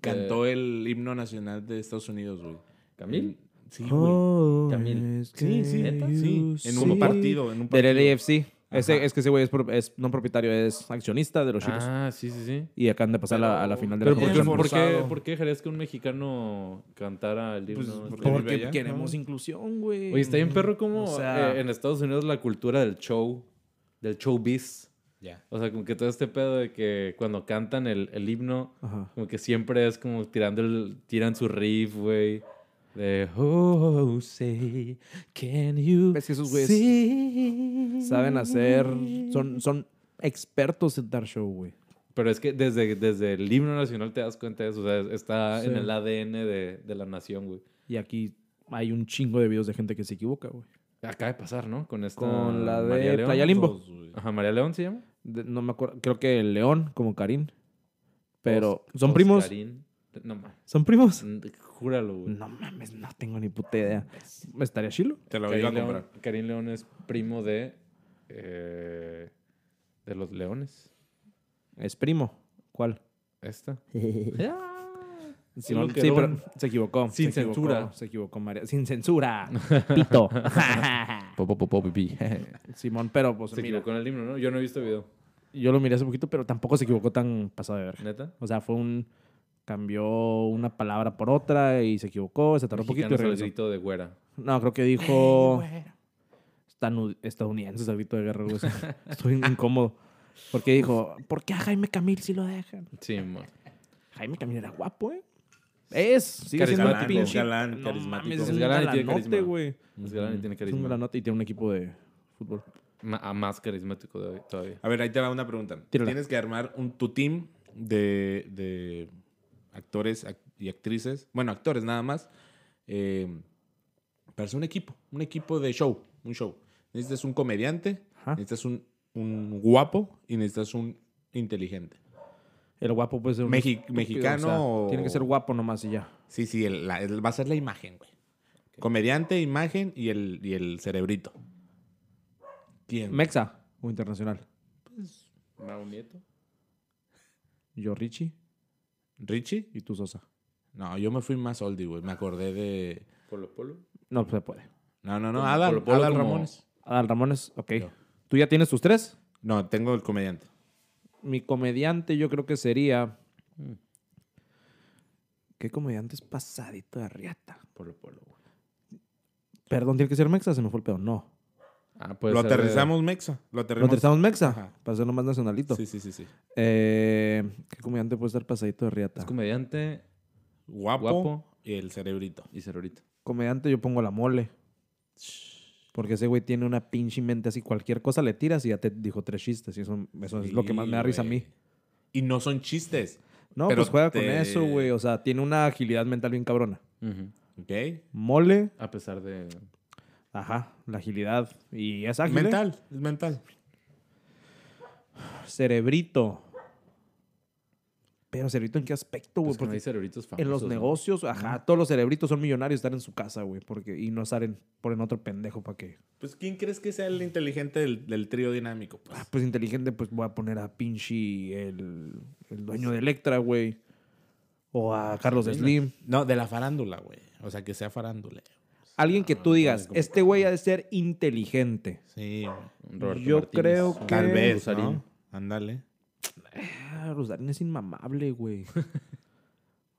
Cantó el himno nacional de Estados Unidos, güey. ¿Camil? Sí, Oh. güey. Camil. Sí, sí, ¿Neta? sí. En un partido, en un partido. Del LAFC. Ese, es que ese güey es, pro- es no propietario, es accionista de los chicos. Ah, sí, sí, sí. Y acaban de pasar a la- a la final de la Pero ¿por qué, Bien por, qué, forzado. por qué dejarías que un mexicano cantara el himno? Pues, este? porque- vive allá, ¿no? inclusión, güey. Oye, está bien perro como O sea- eh, en Estados Unidos la cultura del show, del showbiz. Ya. O sea, como que todo este pedo de que cuando cantan el, el himno, Ajá. como que siempre es como tirando el, tiran su riff, güey. De, oh, say, can you Ves que esos güeyes see?" Saben hacer. Son, son expertos en dar show, güey. Pero es que desde, desde el himno nacional te das cuenta de eso. O sea, está Sí. en el ADN de, de la nación, güey. Y aquí hay un chingo de videos de gente que se equivoca, güey. Acaba de pasar, ¿no? Con esta. Con la de María León. Playa Limbo. Dos, güey. Ajá, María León se llama. De- no me acuerdo. Creo que el León, como Karim. Pero. Os- ¿Son primos? Oscarín. No mames. ¿Son primos? Júralo, güey. No mames, no tengo ni puta idea. ¿Estaría chilo? Te lo voy a Karim, comprar. León, Karim León es primo de. eh, de los leones. Es primo. ¿Cuál? Esta. Sí, no, sí, quedó pero en- se equivocó. Sin se equivocó, censura. se equivocó, María. Sin <laughs> censura. Pito. Simón, pero pues Se mira, equivocó en el himno, ¿no? Yo no he visto video. yo lo miré hace poquito, pero tampoco se equivocó tan pasado de verga. ¿Neta? O sea, fue un... Cambió una palabra por otra y se equivocó, se tardó un poquito y Mexicanos al regresó. grito de güera. No, creo que dijo... estanu- estadounidense es el grito de guerra. algo así. Estoy incómodo. Porque dijo, ¿por qué a Jaime Camil si lo dejan? Sí, mo- Jaime Camil era guapo, ¿eh? Es, sigue siendo Carismático. un pinche. Galán, no carismático. mames, es, Es un galán y tiene galanote, carisma. güey. Es galán y tiene Es un carisma. galanote y tiene un equipo de fútbol. Ma- a más carismático de- todavía. A ver, ahí te va una pregunta. Tírala. Tienes que armar un tu team de, de actores ac- y actrices. Bueno, actores nada más. eh, para hacer un equipo. Un equipo de show. Un show. Necesitas un comediante. Ajá. Necesitas un, un guapo. Y necesitas un inteligente. El guapo puede ser un. Mexi- estúpido, mexicano o- Tiene que ser guapo nomás y ya. Sí, sí, el- la- el- va a ser la imagen, güey. Comediante, imagen y el, y el cerebrito. ¿Quién? Mexa o internacional. Mau Nieto. Yo, Richie. Richie. y tú Sosa. No, yo me fui más oldie, güey. Me acordé de. Polo Polo. No se puede. No, no, no. Como Adal, Polo Polo Adal como- Ramones. Adal Ramones, ok. No. ¿Tú ya tienes tus tres? No, tengo el comediante. Mi comediante yo creo que sería... Mm. ¿Qué comediante es pasadito de riata? Polo Polo, güey. Perdón, tiene que ser Mexa, se me fue el pedo. No. Ah, puede lo ser de- aterrizamos, Mexa. Lo ¿Lo aterrizamos. utilizamos Mexa? Ajá. Para hacerlo más nacionalito. Sí, sí, sí, sí. Eh, ¿Qué comediante puede estar pasadito de riata? Es comediante Guapo, Guapo. y el cerebrito. y cerorito. Comediante yo pongo la mole. Porque ese güey tiene una pinche mente así. Cualquier cosa le tiras y ya te dijo tres chistes. Y eso, eso es lo que más me da risa a mí. güey. Y no son chistes. No, Pero pues juega con te- eso, güey. O sea, tiene una agilidad mental bien cabrona. ¿Ok? Mole, A pesar de... pues, ajá, la agilidad. Y es ágil. ¿eh? Mental, es mental. Cerebrito. Pero cerebrito, ¿en qué aspecto, güey? Pues que no Porque hay ceroritos famosos. en los ¿no? negocios, ajá, todos los cerebritos son millonarios, están en su casa, güey. Porque, y no salen, ponen otro pendejo para que. Pues, ¿quién crees que sea el inteligente del, del trío dinámico? Pues, Ah, pues inteligente, pues voy a poner a pinche el, el dueño de Electra, güey. O Pues a Carlos Slim. no, de la farándula, güey. O sea, que sea farándula. pues, Alguien que tú digas, este güey ha de ser inteligente. Sí, güey. Roberto Yo Martínez. creo que- Tal vez, Rosarín. ¿no? Ándale. Ah, Rosarín es <laughs> inmamable, güey.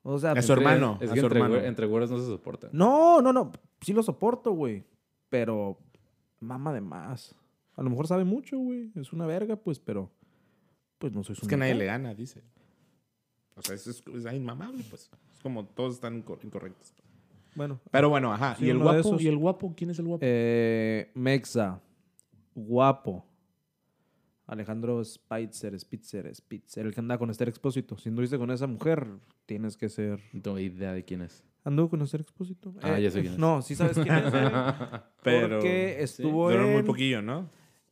O sea, A su Entre- hermano, Es a que su entre, hermano. güe- entre güeros no se soportan. no, no, no. Sí lo soporto, güey. Pero mama de más. A lo mejor sabe mucho, güey. Es una verga, pues, pero. Pues no soy su Es que nadie mujer. le gana, dice. O sea, es, es, es inmamable, pues. Es como todos están inco- incorrectos. Bueno, Pero bueno, ajá. Sí, ¿Y el uno de guapo? esos. ¿Y el guapo? ¿Quién es el guapo? Eh, Mexa. Guapo. Alejandro Spitzer, Spitzer, Spitzer. El que anda con Esther Expósito. Si anduviste con esa mujer, tienes que ser. No tengo idea de quién es. ¿Anduvo con Esther Expósito? Eh, Ah, ya sé quién es. No, sí sabes quién <laughs> <laughs> es. eh, Porque estuvo, Duró muy en, poquillo, ¿no?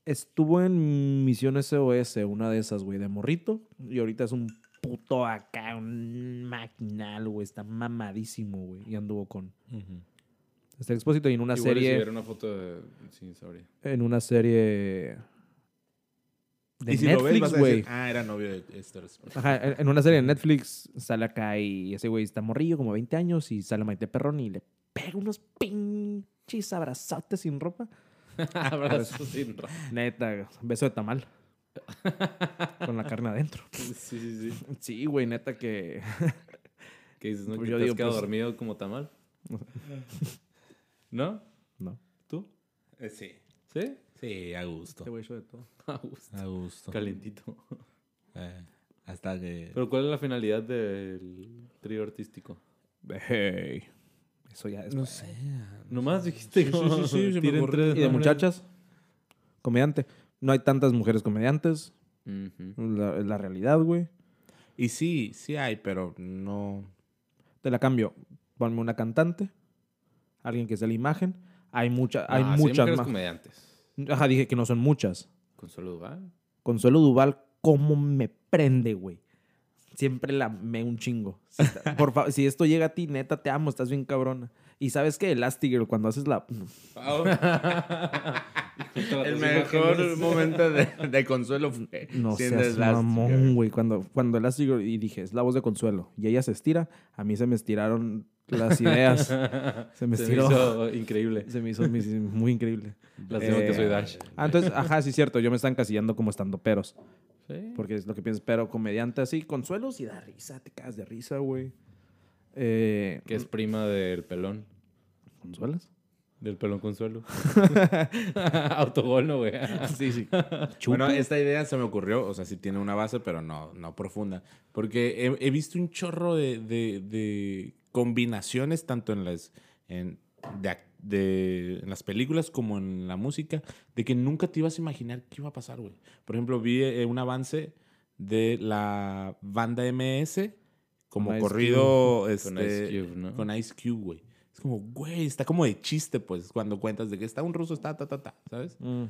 estuvo en Misión SOS, una de esas, güey, de morrito. Y ahorita es un puto acá, un maquinal, güey. Está mamadísimo, güey. Y anduvo con Esther Expósito y en una Igual y si serie. viera una foto de... Sí, sabría. en una serie de y si lo ves, Netflix, vas a güey. decir, ah, era novio de Esther. Ajá, en en una serie de Netflix sale acá y ese güey está morrillo, como 20 años, y sale Maite Perrón y le pega unos pinches abrazotes sin ropa. <laughs> Abrazos sin ra- Neta, beso de <laughs> tamal. Con la carne adentro. Sí, sí, sí. Sí, güey, neta que... ¿Qué dices? ¿No? Pues ¿Que yo te digo, has quedado pues- dormido como <laughs> tamal? ¿No? No. ¿Tú? sí. ¿Sí? Sí, a gusto. Este güey de todo. <laughs> A gusto. A gusto. Calentito. Eh, hasta que... ¿Pero cuál es la finalidad del trío artístico? Hey. Eso ya es... no sé. Nomás Pues dijiste Sí, como, sí, sí, sí, se me tiren ocurrió. tres ¿Y de nombres. muchachas? Comediante. No hay tantas mujeres comediantes. Ujú. La, la realidad, güey. Y sí, sí hay, pero no... Te la cambio. Ponme una cantante, alguien que sea la imagen. Hay muchas, hay Ah, sí, muchas mujeres más. comediantes. Ajá, dije que no son muchas. Consuelo Duval. Consuelo Duval, cómo me prende, güey. Siempre la me un chingo. Si está- por favor, si esto llega a ti, neta, te amo, estás bien cabrona. Y sabes que Elastigirl, cuando haces la. <laughs> El mejor <laughs> momento de, de consuelo fue No siendo seas Elastigirl. mamón, güey. Cuando, cuando Elastigirl, y dije, es la voz de Consuelo. Y ella se estira, a mí se me estiraron las ideas. Se me Se estiró. hizo increíble. Se me hizo mis- muy increíble. Las digo Eh, que soy Dash. Ah, entonces, ajá, sí, cierto. Yo me están casillando como estando peros. Sí. Porque es lo que piensas, pero comediante así, consuelos y da risa, te cagas de risa, güey. Eh, Que Mm. es prima del pelón. ¿Consuelas? Del pelón Consuelo. <laughs> <laughs> Autogol, no, güey. Sí, sí. Bueno, esta idea se me ocurrió, o sea, sí tiene una base, pero no, no profunda. Porque he, he visto un chorro de, de- de combinaciones, tanto en las, en, de ac- de- en las películas como en la música, de que nunca te ibas a imaginar qué iba a pasar, güey. Por ejemplo, vi eh, un avance de la banda MS como Con Ice corrido Con este, Ice Cube, ¿no? con Ice Cube, güey. Es como, güey, está como de chiste, pues, cuando cuentas de que está un ruso, está, ta, ta, ta, ¿sabes? Mm.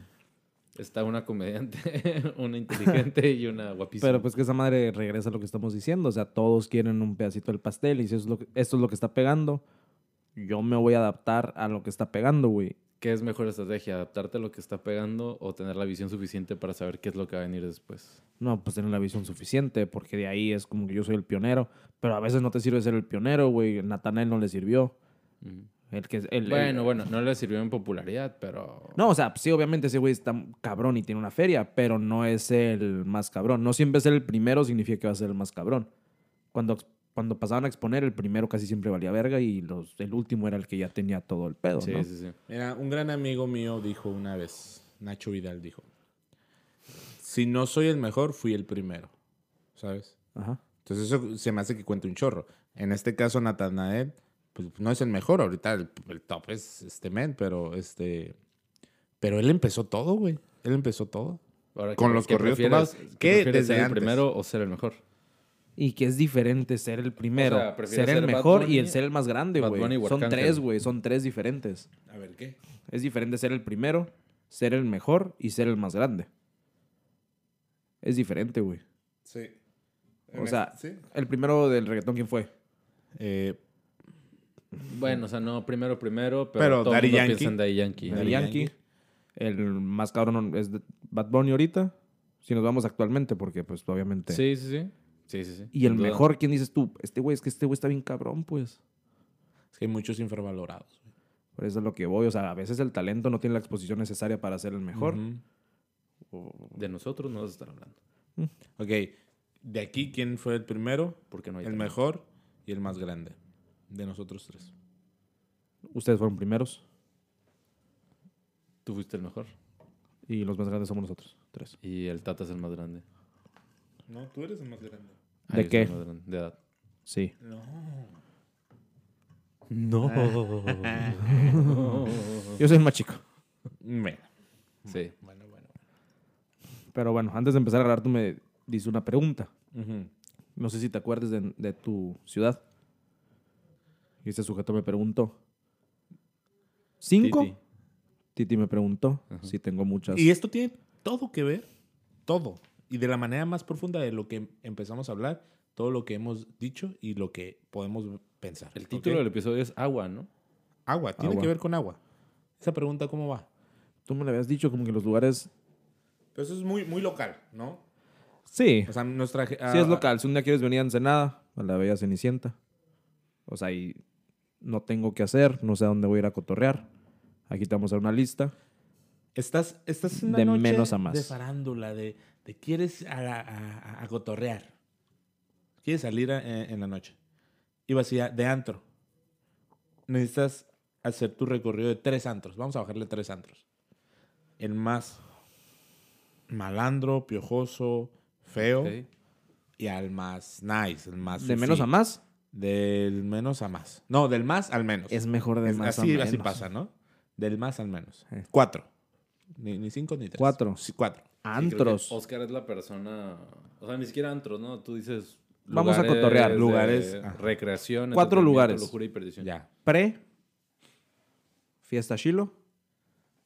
Está una comediante, <laughs> una inteligente y una guapísima. Pero pues que esa madre regresa a lo que estamos diciendo. O sea, todos quieren un pedacito del pastel y si eso es lo que- esto es lo que está pegando, yo me voy a adaptar a lo que está pegando, güey. ¿Qué es mejor estrategia? ¿Adaptarte a lo que está pegando o tener la visión suficiente para saber qué es lo que va a venir después? No, pues tener la visión suficiente, porque de ahí es como que yo soy el pionero. Pero a veces no te sirve ser el pionero, güey. Natanael no le sirvió. Ujú. El que, es- el- el- Bueno, bueno, no le sirvió en popularidad, pero... No, o sea, sí, obviamente ese güey está cabrón y tiene una feria, pero no es el más cabrón. No siempre ser el primero significa que va a ser el más cabrón. Cuando, ex- cuando pasaban a exponer, el primero casi siempre valía verga y los, el último era el que ya tenía todo el pedo, Sí, ¿no? sí, sí. Mira, un gran amigo mío dijo una vez, Nacho Vidal dijo, si no soy el mejor, fui el primero, ¿sabes? Ajá. Entonces eso se me hace que cuente un chorro. En este caso, Natanael, pues no es el mejor, ahorita el, el top es este men, pero este... Pero él empezó todo, güey. Él empezó todo. Ahora, Con ¿qué- los qué corridos prefieres? tumbados, ¿Qué que prefieres, desde ser el antes. primero o ser el mejor? Y que es diferente ser el primero, O sea, ser ¿prefieres el ser Bad mejor Bunny, y el ser el más grande, Bad Bunny güey. o Son Arcángel? tres, güey, son tres diferentes. A ver, ¿qué? Es diferente ser el primero, ser el mejor y ser el más grande. Es diferente, güey. Sí. O sea, el primero del reggaetón, ¿quién fue? Eh, Bueno, o sea, no primero, primero, pero, Pero todo Daddy el mundo Yankee. piensa en Daddy Yankee. El Daddy Yankee. Yankee. El más cabrón es de- Bad Bunny ahorita. Si nos vamos actualmente, porque pues obviamente. Sí, sí, sí. Sí, sí, sí. Y el Sin duda. mejor, ¿quién dices tú? Este güey, es que este güey está bien cabrón, pues. es que hay muchos infravalorados. güey. Por eso es lo que voy. O sea, a veces el talento no tiene la exposición necesaria para ser el mejor. Ujú. O- De nosotros no vas a estar hablando. Ok, de aquí, ¿quién fue el primero? Porque no hay El talento. mejor y el más grande. De nosotros tres. Ustedes fueron primeros Tú fuiste el mejor. y los más grandes somos nosotros, tres. Y el Tata es el más grande. No, tú eres el más grande. ¿De Ahí es qué? el más grande, De edad. Sí. No. <laughs> Yo soy el más chico. sí. Bueno, bueno. Pero bueno, antes de empezar a grabar, tú me dices una pregunta. No sé si te acuerdas de, de tu ciudad. Y ese sujeto me preguntó. ¿Cinco? Titi. Titi, me preguntó si tengo muchas. Y esto tiene todo que ver, todo. Y de la manera más profunda de lo que empezamos a hablar, todo lo que hemos dicho y lo que podemos pensar. El título ¿ok? del episodio es Agua, ¿no? Agua, tiene Agua. que ver con agua. Esa pregunta, ¿cómo va? Tú me lo habías dicho como que los lugares... Pero eso Pues es muy, muy local, ¿no? Sí, O sea, nuestra... ah, sí es local. Si un día quieres venir a Ensenada, a la Bella Cenicienta. O sea, y no tengo que hacer, no sé a dónde voy a ir a cotorrear. Aquí te vamos a dar una lista. Estás, estás en una De noche menos a más. De farándula, de, de quieres a, la- a- a- a cotorrear. Quieres salir a- eh, en la noche. Y vacía de antro. Necesitas hacer tu recorrido de tres antros. Vamos a bajarle tres antros. El más malandro, piojoso, feo. Ok. Y al más nice, el más... De menos fifí. a más, Del menos a más. No, del más al menos. es mejor de Es- más así, a así menos. pasa, ¿no? Del más al menos. Eh. Cuatro. Ni, ni cinco ni tres. Cuatro. Sí, cuatro. Sí, creo que Antros. Oscar es la persona. O sea, ni siquiera antros, ¿no? Tú dices. Vamos a lugares cotorrear, de lugares, ajá. Recreación. Cuatro entretenimiento, lugares. Lujura y perdición. Ya. pre, fiesta Chilo,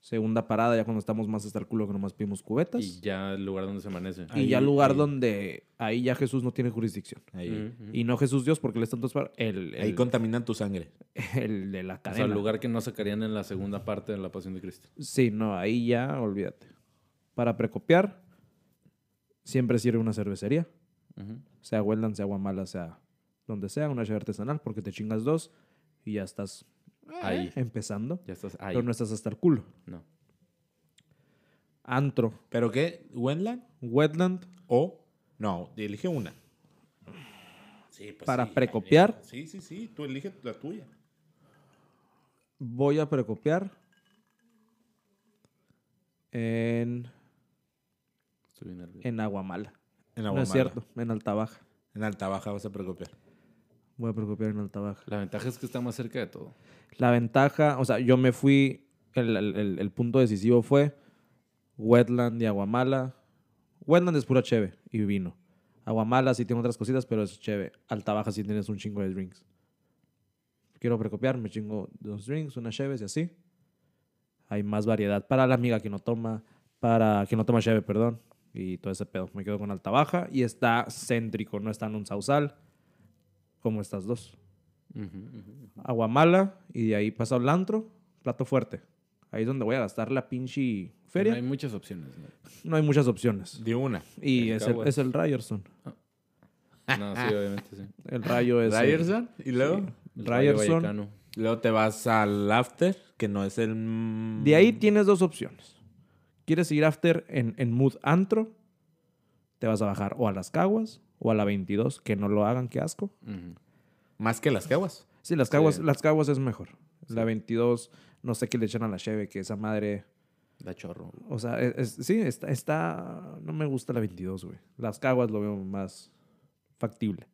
segunda parada ya cuando estamos más hasta el culo que nomás pedimos cubetas Y y, ya el lugar donde se amanece. ahí- ya lugar ahí. donde ahí ya Jesús no tiene jurisdicción. Ahí, Ujú, ujú. Y no Jesús Dios porque él está en todas partes. El, ahí el- contaminan tu sangre. <laughs> el de la O cadena. sea, el lugar que no sacarían en la segunda parte de La Pasión de Cristo. Sí, no, ahí ya olvídate. Para precopiar siempre sirve una cervecería, Ujú. sea Welland, sea Guamala, sea donde sea, una cheve artesanal porque te chingas dos y ya estás Ahí. Eh. empezando. Ya estás ahí. Pero no estás hasta el culo. No. Antro, ¿Pero qué? ¿Wendland? Wetland, ¿O? No, elige una. Sí, pues Para sí, precopiar. también. Sí, sí, sí. Tú eliges la tuya. voy a precopiar en, Estoy bien nervioso. en Aguamala. En No Aguamala. es cierto, en Altabaja. En Alta Baja vas a precopiar. Voy a precopiar en Altabaja. La ventaja es que está más cerca de todo. La ventaja, o sea, yo me fui, el, el- el- el punto decisivo fue Wetland y Aguamala. Wetland es pura cheve y vino. Aguamala sí tiene otras cositas, pero es cheve. Altabaja sí tienes un chingo de drinks. Quiero precopiar, me chingo dos drinks, unas cheves y así. Hay más variedad para la amiga que no toma, para que no toma cheve, perdón. Y todo ese pedo. Me quedo con Altabaja y está céntrico, no está en un sausal como estas dos. Ujú, ujú. Aguamala y de ahí pasa al antro, plato fuerte. Ahí es donde voy a gastar la pinche feria. No hay muchas opciones. ¿no? muchas opciones. De una. Y El es el, Cowboys. es el Ryerson. No, <laughs> sí, obviamente sí. El Rayo es... el- Ryerson. Y luego. El Rayo Ryerson. Vallecano. Luego te vas al after, que no es el. mm, De ahí tienes dos opciones. ¿Quieres ir after en, en mood antro? Te vas a bajar o a las caguas o a la 22, que no lo hagan, qué asco. Ujú. Más que las caguas. Sí, las caguas, Sí. las caguas es mejor. La 22, no sé qué le echan a la cheve, que esa madre... Da chorro. O sea, e, es- es- sí, está, está... No me gusta la 22, güey. Las caguas lo veo más factible.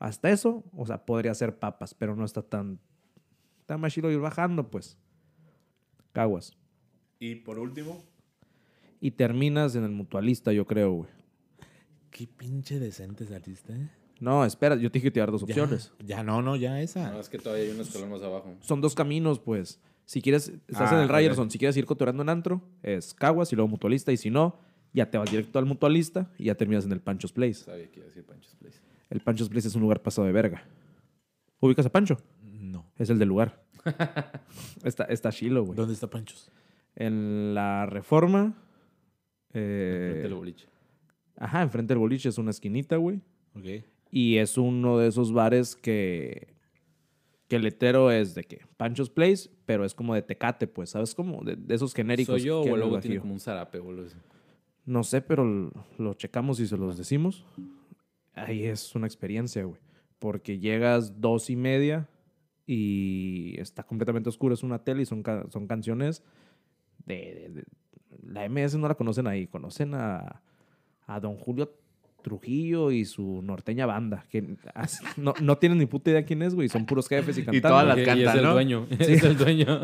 Hasta eso, o sea, podría ser papas, pero no está tan... Está más chido ir bajando, pues. Caguas. Y por último. Y terminas en el mutualista, yo creo, güey. Qué pinche decente saliste, ¿eh? No, espera, yo te dije que te iba a dar dos opciones. Ya, ya no, no, ya esa. No, es que todavía hay unos escalón más abajo. Son dos caminos, pues. Si quieres, estás Ah, en el ok. Ryerson, si quieres ir cotorando en antro, es Caguas y luego mutualista, y si no, ya te vas directo al mutualista y ya terminas en el Pancho's Place. Sabía que iba a decir Pancho's Place. El Pancho's Place es un lugar pasado de verga. ¿Ubicas a Pancho? No. Es el <laughs> del lugar. está, está chilo, güey. ¿Dónde está Panchos? En la Reforma. eh, Frente al boliche. ajá, enfrente del boliche es una esquinita, güey. Ok. Y es uno de esos bares que. Que el letero es de que Pancho's Place, pero es como de tecate, pues, ¿sabes? Como de, de esos genéricos. Soy yo que o hay en luego el tiene Bajío. como un zarape, boludo. No sé, pero l- lo checamos y se los decimos. Ahí es una experiencia, güey. Porque llegas dos y media y está completamente oscuro, es una tele y son, ca- son canciones de, de- de- La MS no la conocen ahí, conocen a, a Don Julio Trujillo y su norteña banda, que <laughs> as- no, no tienen ni puta idea quién es, güey, son puros jefes y cantando. todas las Y- y es cantan, el ¿no? dueño. <laughs> Es el dueño.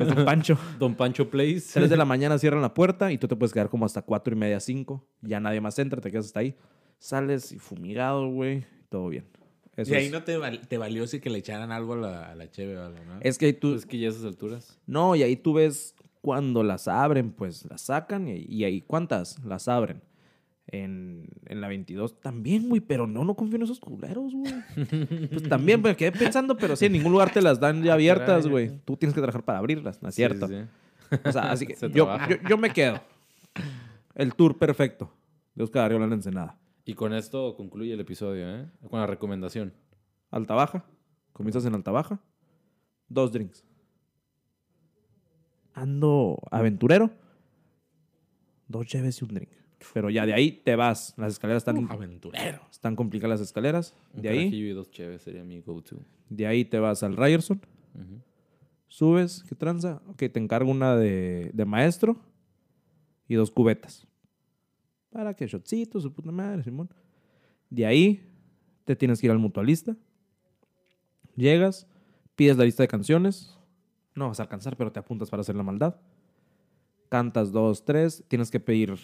Es Don Pancho. Don Pancho Place. 3 de la mañana cierran la puerta y tú te puedes quedar como hasta 4 y media, 5. Ya nadie más entra, te quedas hasta ahí. Sales y fumigado, güey. Todo bien. Eso y ahí es. no te, val- te valió si que le echaran algo a la, a la cheve o algo, ¿no? Es que ahí tú... Es que ya a esas alturas. No, y ahí tú ves cuando las abren, pues las sacan y, y ahí cuántas las abren. En, en la 22 también, güey, pero no, no confío en esos culeros, güey. Pues también, me quedé pensando, pero sí, en ningún lugar te las dan ya abiertas, caray. güey. Tú tienes que trabajar para abrirlas, ¿no es Sí, cierto? sí, sí. O sea, así <laughs> que Se yo, trabaja. yo, yo me quedo. El tour perfecto de Oscar Arriola en Ensenada. Y con esto concluye el episodio, ¿eh? Con la recomendación. Alta baja. Comienzas en alta baja. Dos drinks. Ando aventurero. Dos lleves y un drink. Pero ya de ahí te vas. Las escaleras están, aventurero. están complicadas las escaleras. Un De ahí, carajillo y dos cheves sería mi go-to. de ahí te vas al Ryerson. Ujú. Subes, ¿qué tranza? Ok, te encargo una de, de maestro y dos cubetas. Para que shotcito, su puta madre, Simón. De ahí te tienes que ir al mutualista. Llegas, pides la lista de canciones. No vas a alcanzar, pero te apuntas para hacer la maldad. Cantas dos, tres. Tienes que pedir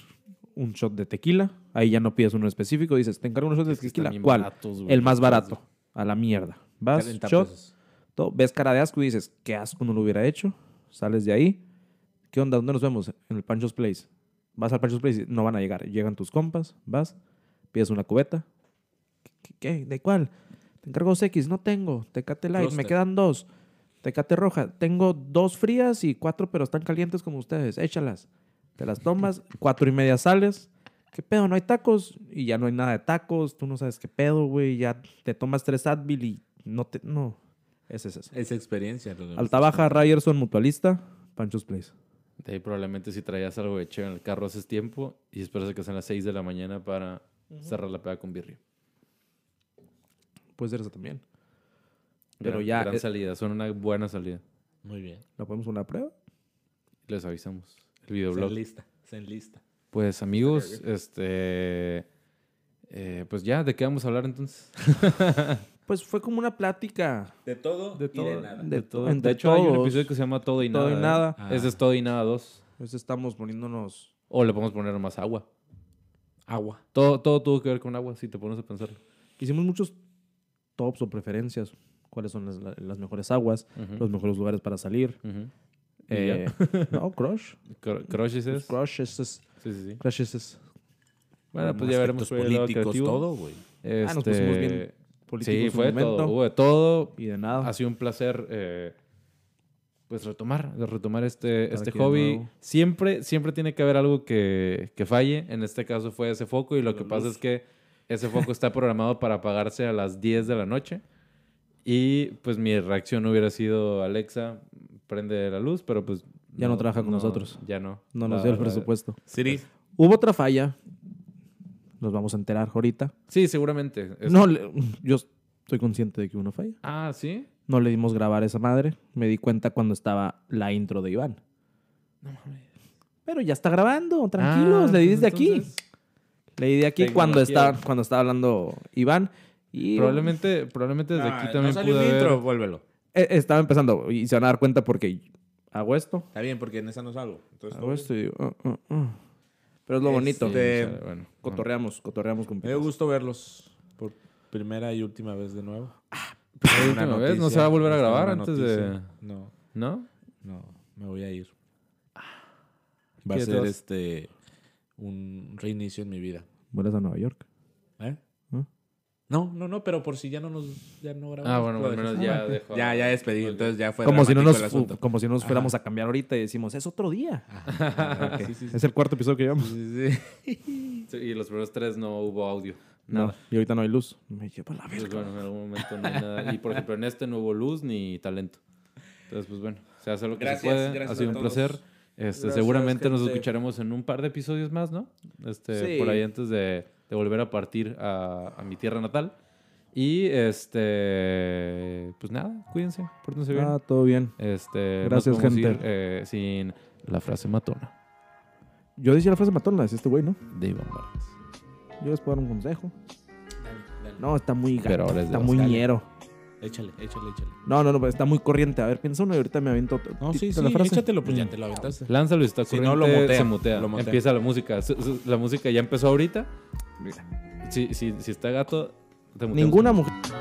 un shot de tequila. Ahí ya no pides uno específico. Dices, te encargo un shot de Es que están tequila. bien ¿Cuál? baratos, güey, El más los barato. A la mierda. Vas, 40 shot, pesos. todo, ves cara de asco y dices, qué asco no lo hubiera hecho. Sales de ahí. ¿Qué onda? ¿Dónde nos vemos? En el Pancho's Place. Vas al Pancho's Place y no van a llegar. Llegan tus compas, vas, pides una cubeta. ¿Qué? qué- ¿De cuál? Te encargo dos X, no tengo. Tecate Light, me Cluster. quedan dos. Tecate Roja, tengo dos frías y cuatro, pero están calientes como ustedes. Échalas. Te las tomas, cuatro y media sales. ¿Qué pedo? ¿No hay tacos? Y ya no hay nada de tacos. Tú no sabes qué pedo, güey. Ya te tomas tres Advil y no te... No. Ese es eso. Es experiencia. lo- Alta baja, Ryerson, mutualista, Pancho's Place. De ahí probablemente si traías algo de cheve en el carro haces tiempo y esperas a que sean las 6 de la mañana para cerrar la pega con birria. Puede ser esa también. Gran- Pero ya, Gran eh, salida, son una buena salida. Muy bien. ¿la podemos una prueba? Les avisamos. El Se videoblog. enlista. Se enlista. Pues amigos, este... eh, pues ya, ¿de qué vamos a hablar <laughs> entonces? Pues fue como una plática. De todo De todo. y de De, nada. todo. entre de hecho, hay un todos. episodio que se llama Todo y Todo y Nada. Nada. ¿eh? Ese es Todo y Nada 2. Entonces Pues estamos poniéndonos... O le podemos poner más agua. Agua. Todo, todo tuvo que ver con agua, si te pones a pensarlo. Hicimos muchos tops o preferencias. ¿Cuáles son las, la- las mejores aguas? Ujú. Los mejores lugares para salir. Ujú. Y Eh, <laughs> no, Crush. Cr- crushes es. Crush es... es- Sí, sí, sí. Crush es- es... Bueno, pues ya veremos Aspectos por el lado políticos, creativo. todo, güey. Este, Ah, nos pusimos bien Sí, políticos un fue de todo. momento. Hubo de todo. Y de nada. Ha sido un placer eh, pues retomar, de retomar este, Estar este aquí de hobby. nuevo. Siempre, siempre tiene que haber algo que, que falle. En este caso fue ese foco y lo La que pasa luz. es que ese foco está programado para apagarse a las 10 de la noche. Y pues mi reacción hubiera sido, Alexa, prende la luz, pero pues... Ya no trabaja con nosotros. Ya no. No nos La- dio el la- presupuesto. Siri, Hubo otra falla. Nos vamos a enterar ahorita. Sí, seguramente. Es- No, le- yo estoy consciente de que hubo una falla. Ah, ¿sí? No le dimos grabar esa madre. Me di cuenta cuando estaba la intro de Iván. Pero ya está grabando, tranquilos. Ah, le di pues desde aquí. entonces- Le di de aquí cuando Tecnología. estaba, cuando estaba hablando Iván. Y Probablemente, probablemente desde Ah, aquí no también salió pude el haber- intro, vuélvelo. eh, estaba empezando. Y se van a dar cuenta porque hago esto, Está bien, porque en esa no salgo. Pues Entonces, hago esto y digo, ah, ah, ah. Pero es lo bonito. Este- Sí, sale, bueno. Cotorreamos, cotorreamos con me dio Pipas. gusto verlos por primera y última vez de nuevo. <laughs> ¿La Ah, última Una vez? ¿No noticia, se va a volver a esta grabar buena antes de...? noticia. No, ¿No? no, me voy a ir. Va a ¿Qué te ser vas? este un reinicio en mi vida. Vuelas a Nueva York. ¿Eh? ¿Ah? No, no, no, pero por si ya no nos ya no grabamos. Ah, bueno, lo al dejas. menos ya dejó. Ya, ya despedí, entonces ya fue Como si, no nos, dramático el fu- asunto. como si no nos Ajá. fuéramos a cambiar ahorita y decimos, es otro día. <laughs> Ajá, sí, sí, sí. Es el cuarto episodio que llevamos. Sí, sí, sí. Sí, y los primeros tres no hubo audio. No, Nada. y ahorita no hay luz. Me lleva la Entonces, verga. bueno, en algún momento no hay nada. <laughs> Y por ejemplo, en este no hubo luz ni talento. Entonces, pues bueno, se hace lo que se Gracias, puede. ha gracias sido a un todos. placer. Este, Gracias, seguramente nos gente. escucharemos en un par de episodios más, ¿no? Este, Sí. Por ahí antes de, de volver a partir a, a mi tierra natal. Y este, pues nada, cuídense, pórtense bien. Ah, todo bien. Este, Gracias, nos podemos gente. ir, eh, sin la frase matona Yo decía la frase matona, decía este güey, ¿no? de Iván Vargas. Yo les puedo dar un consejo. No, está muy gato, Pero ahora es de está muy Oscar. ñero. Échale, échale, échale. No, no, no, pero está muy corriente. A ver, piensa uno y ahorita me aviento otro. No, sí, Tito, sí, la frase. échatelo, pues ya Mm. te lo aventaste. Lánzalo y está Si corriente, no, lo mutea, se mutea. lo mutea. Empieza la música. Su- su- La música ya empezó ahorita. Si, si, si está gato, te muteamos. Ninguna mujer.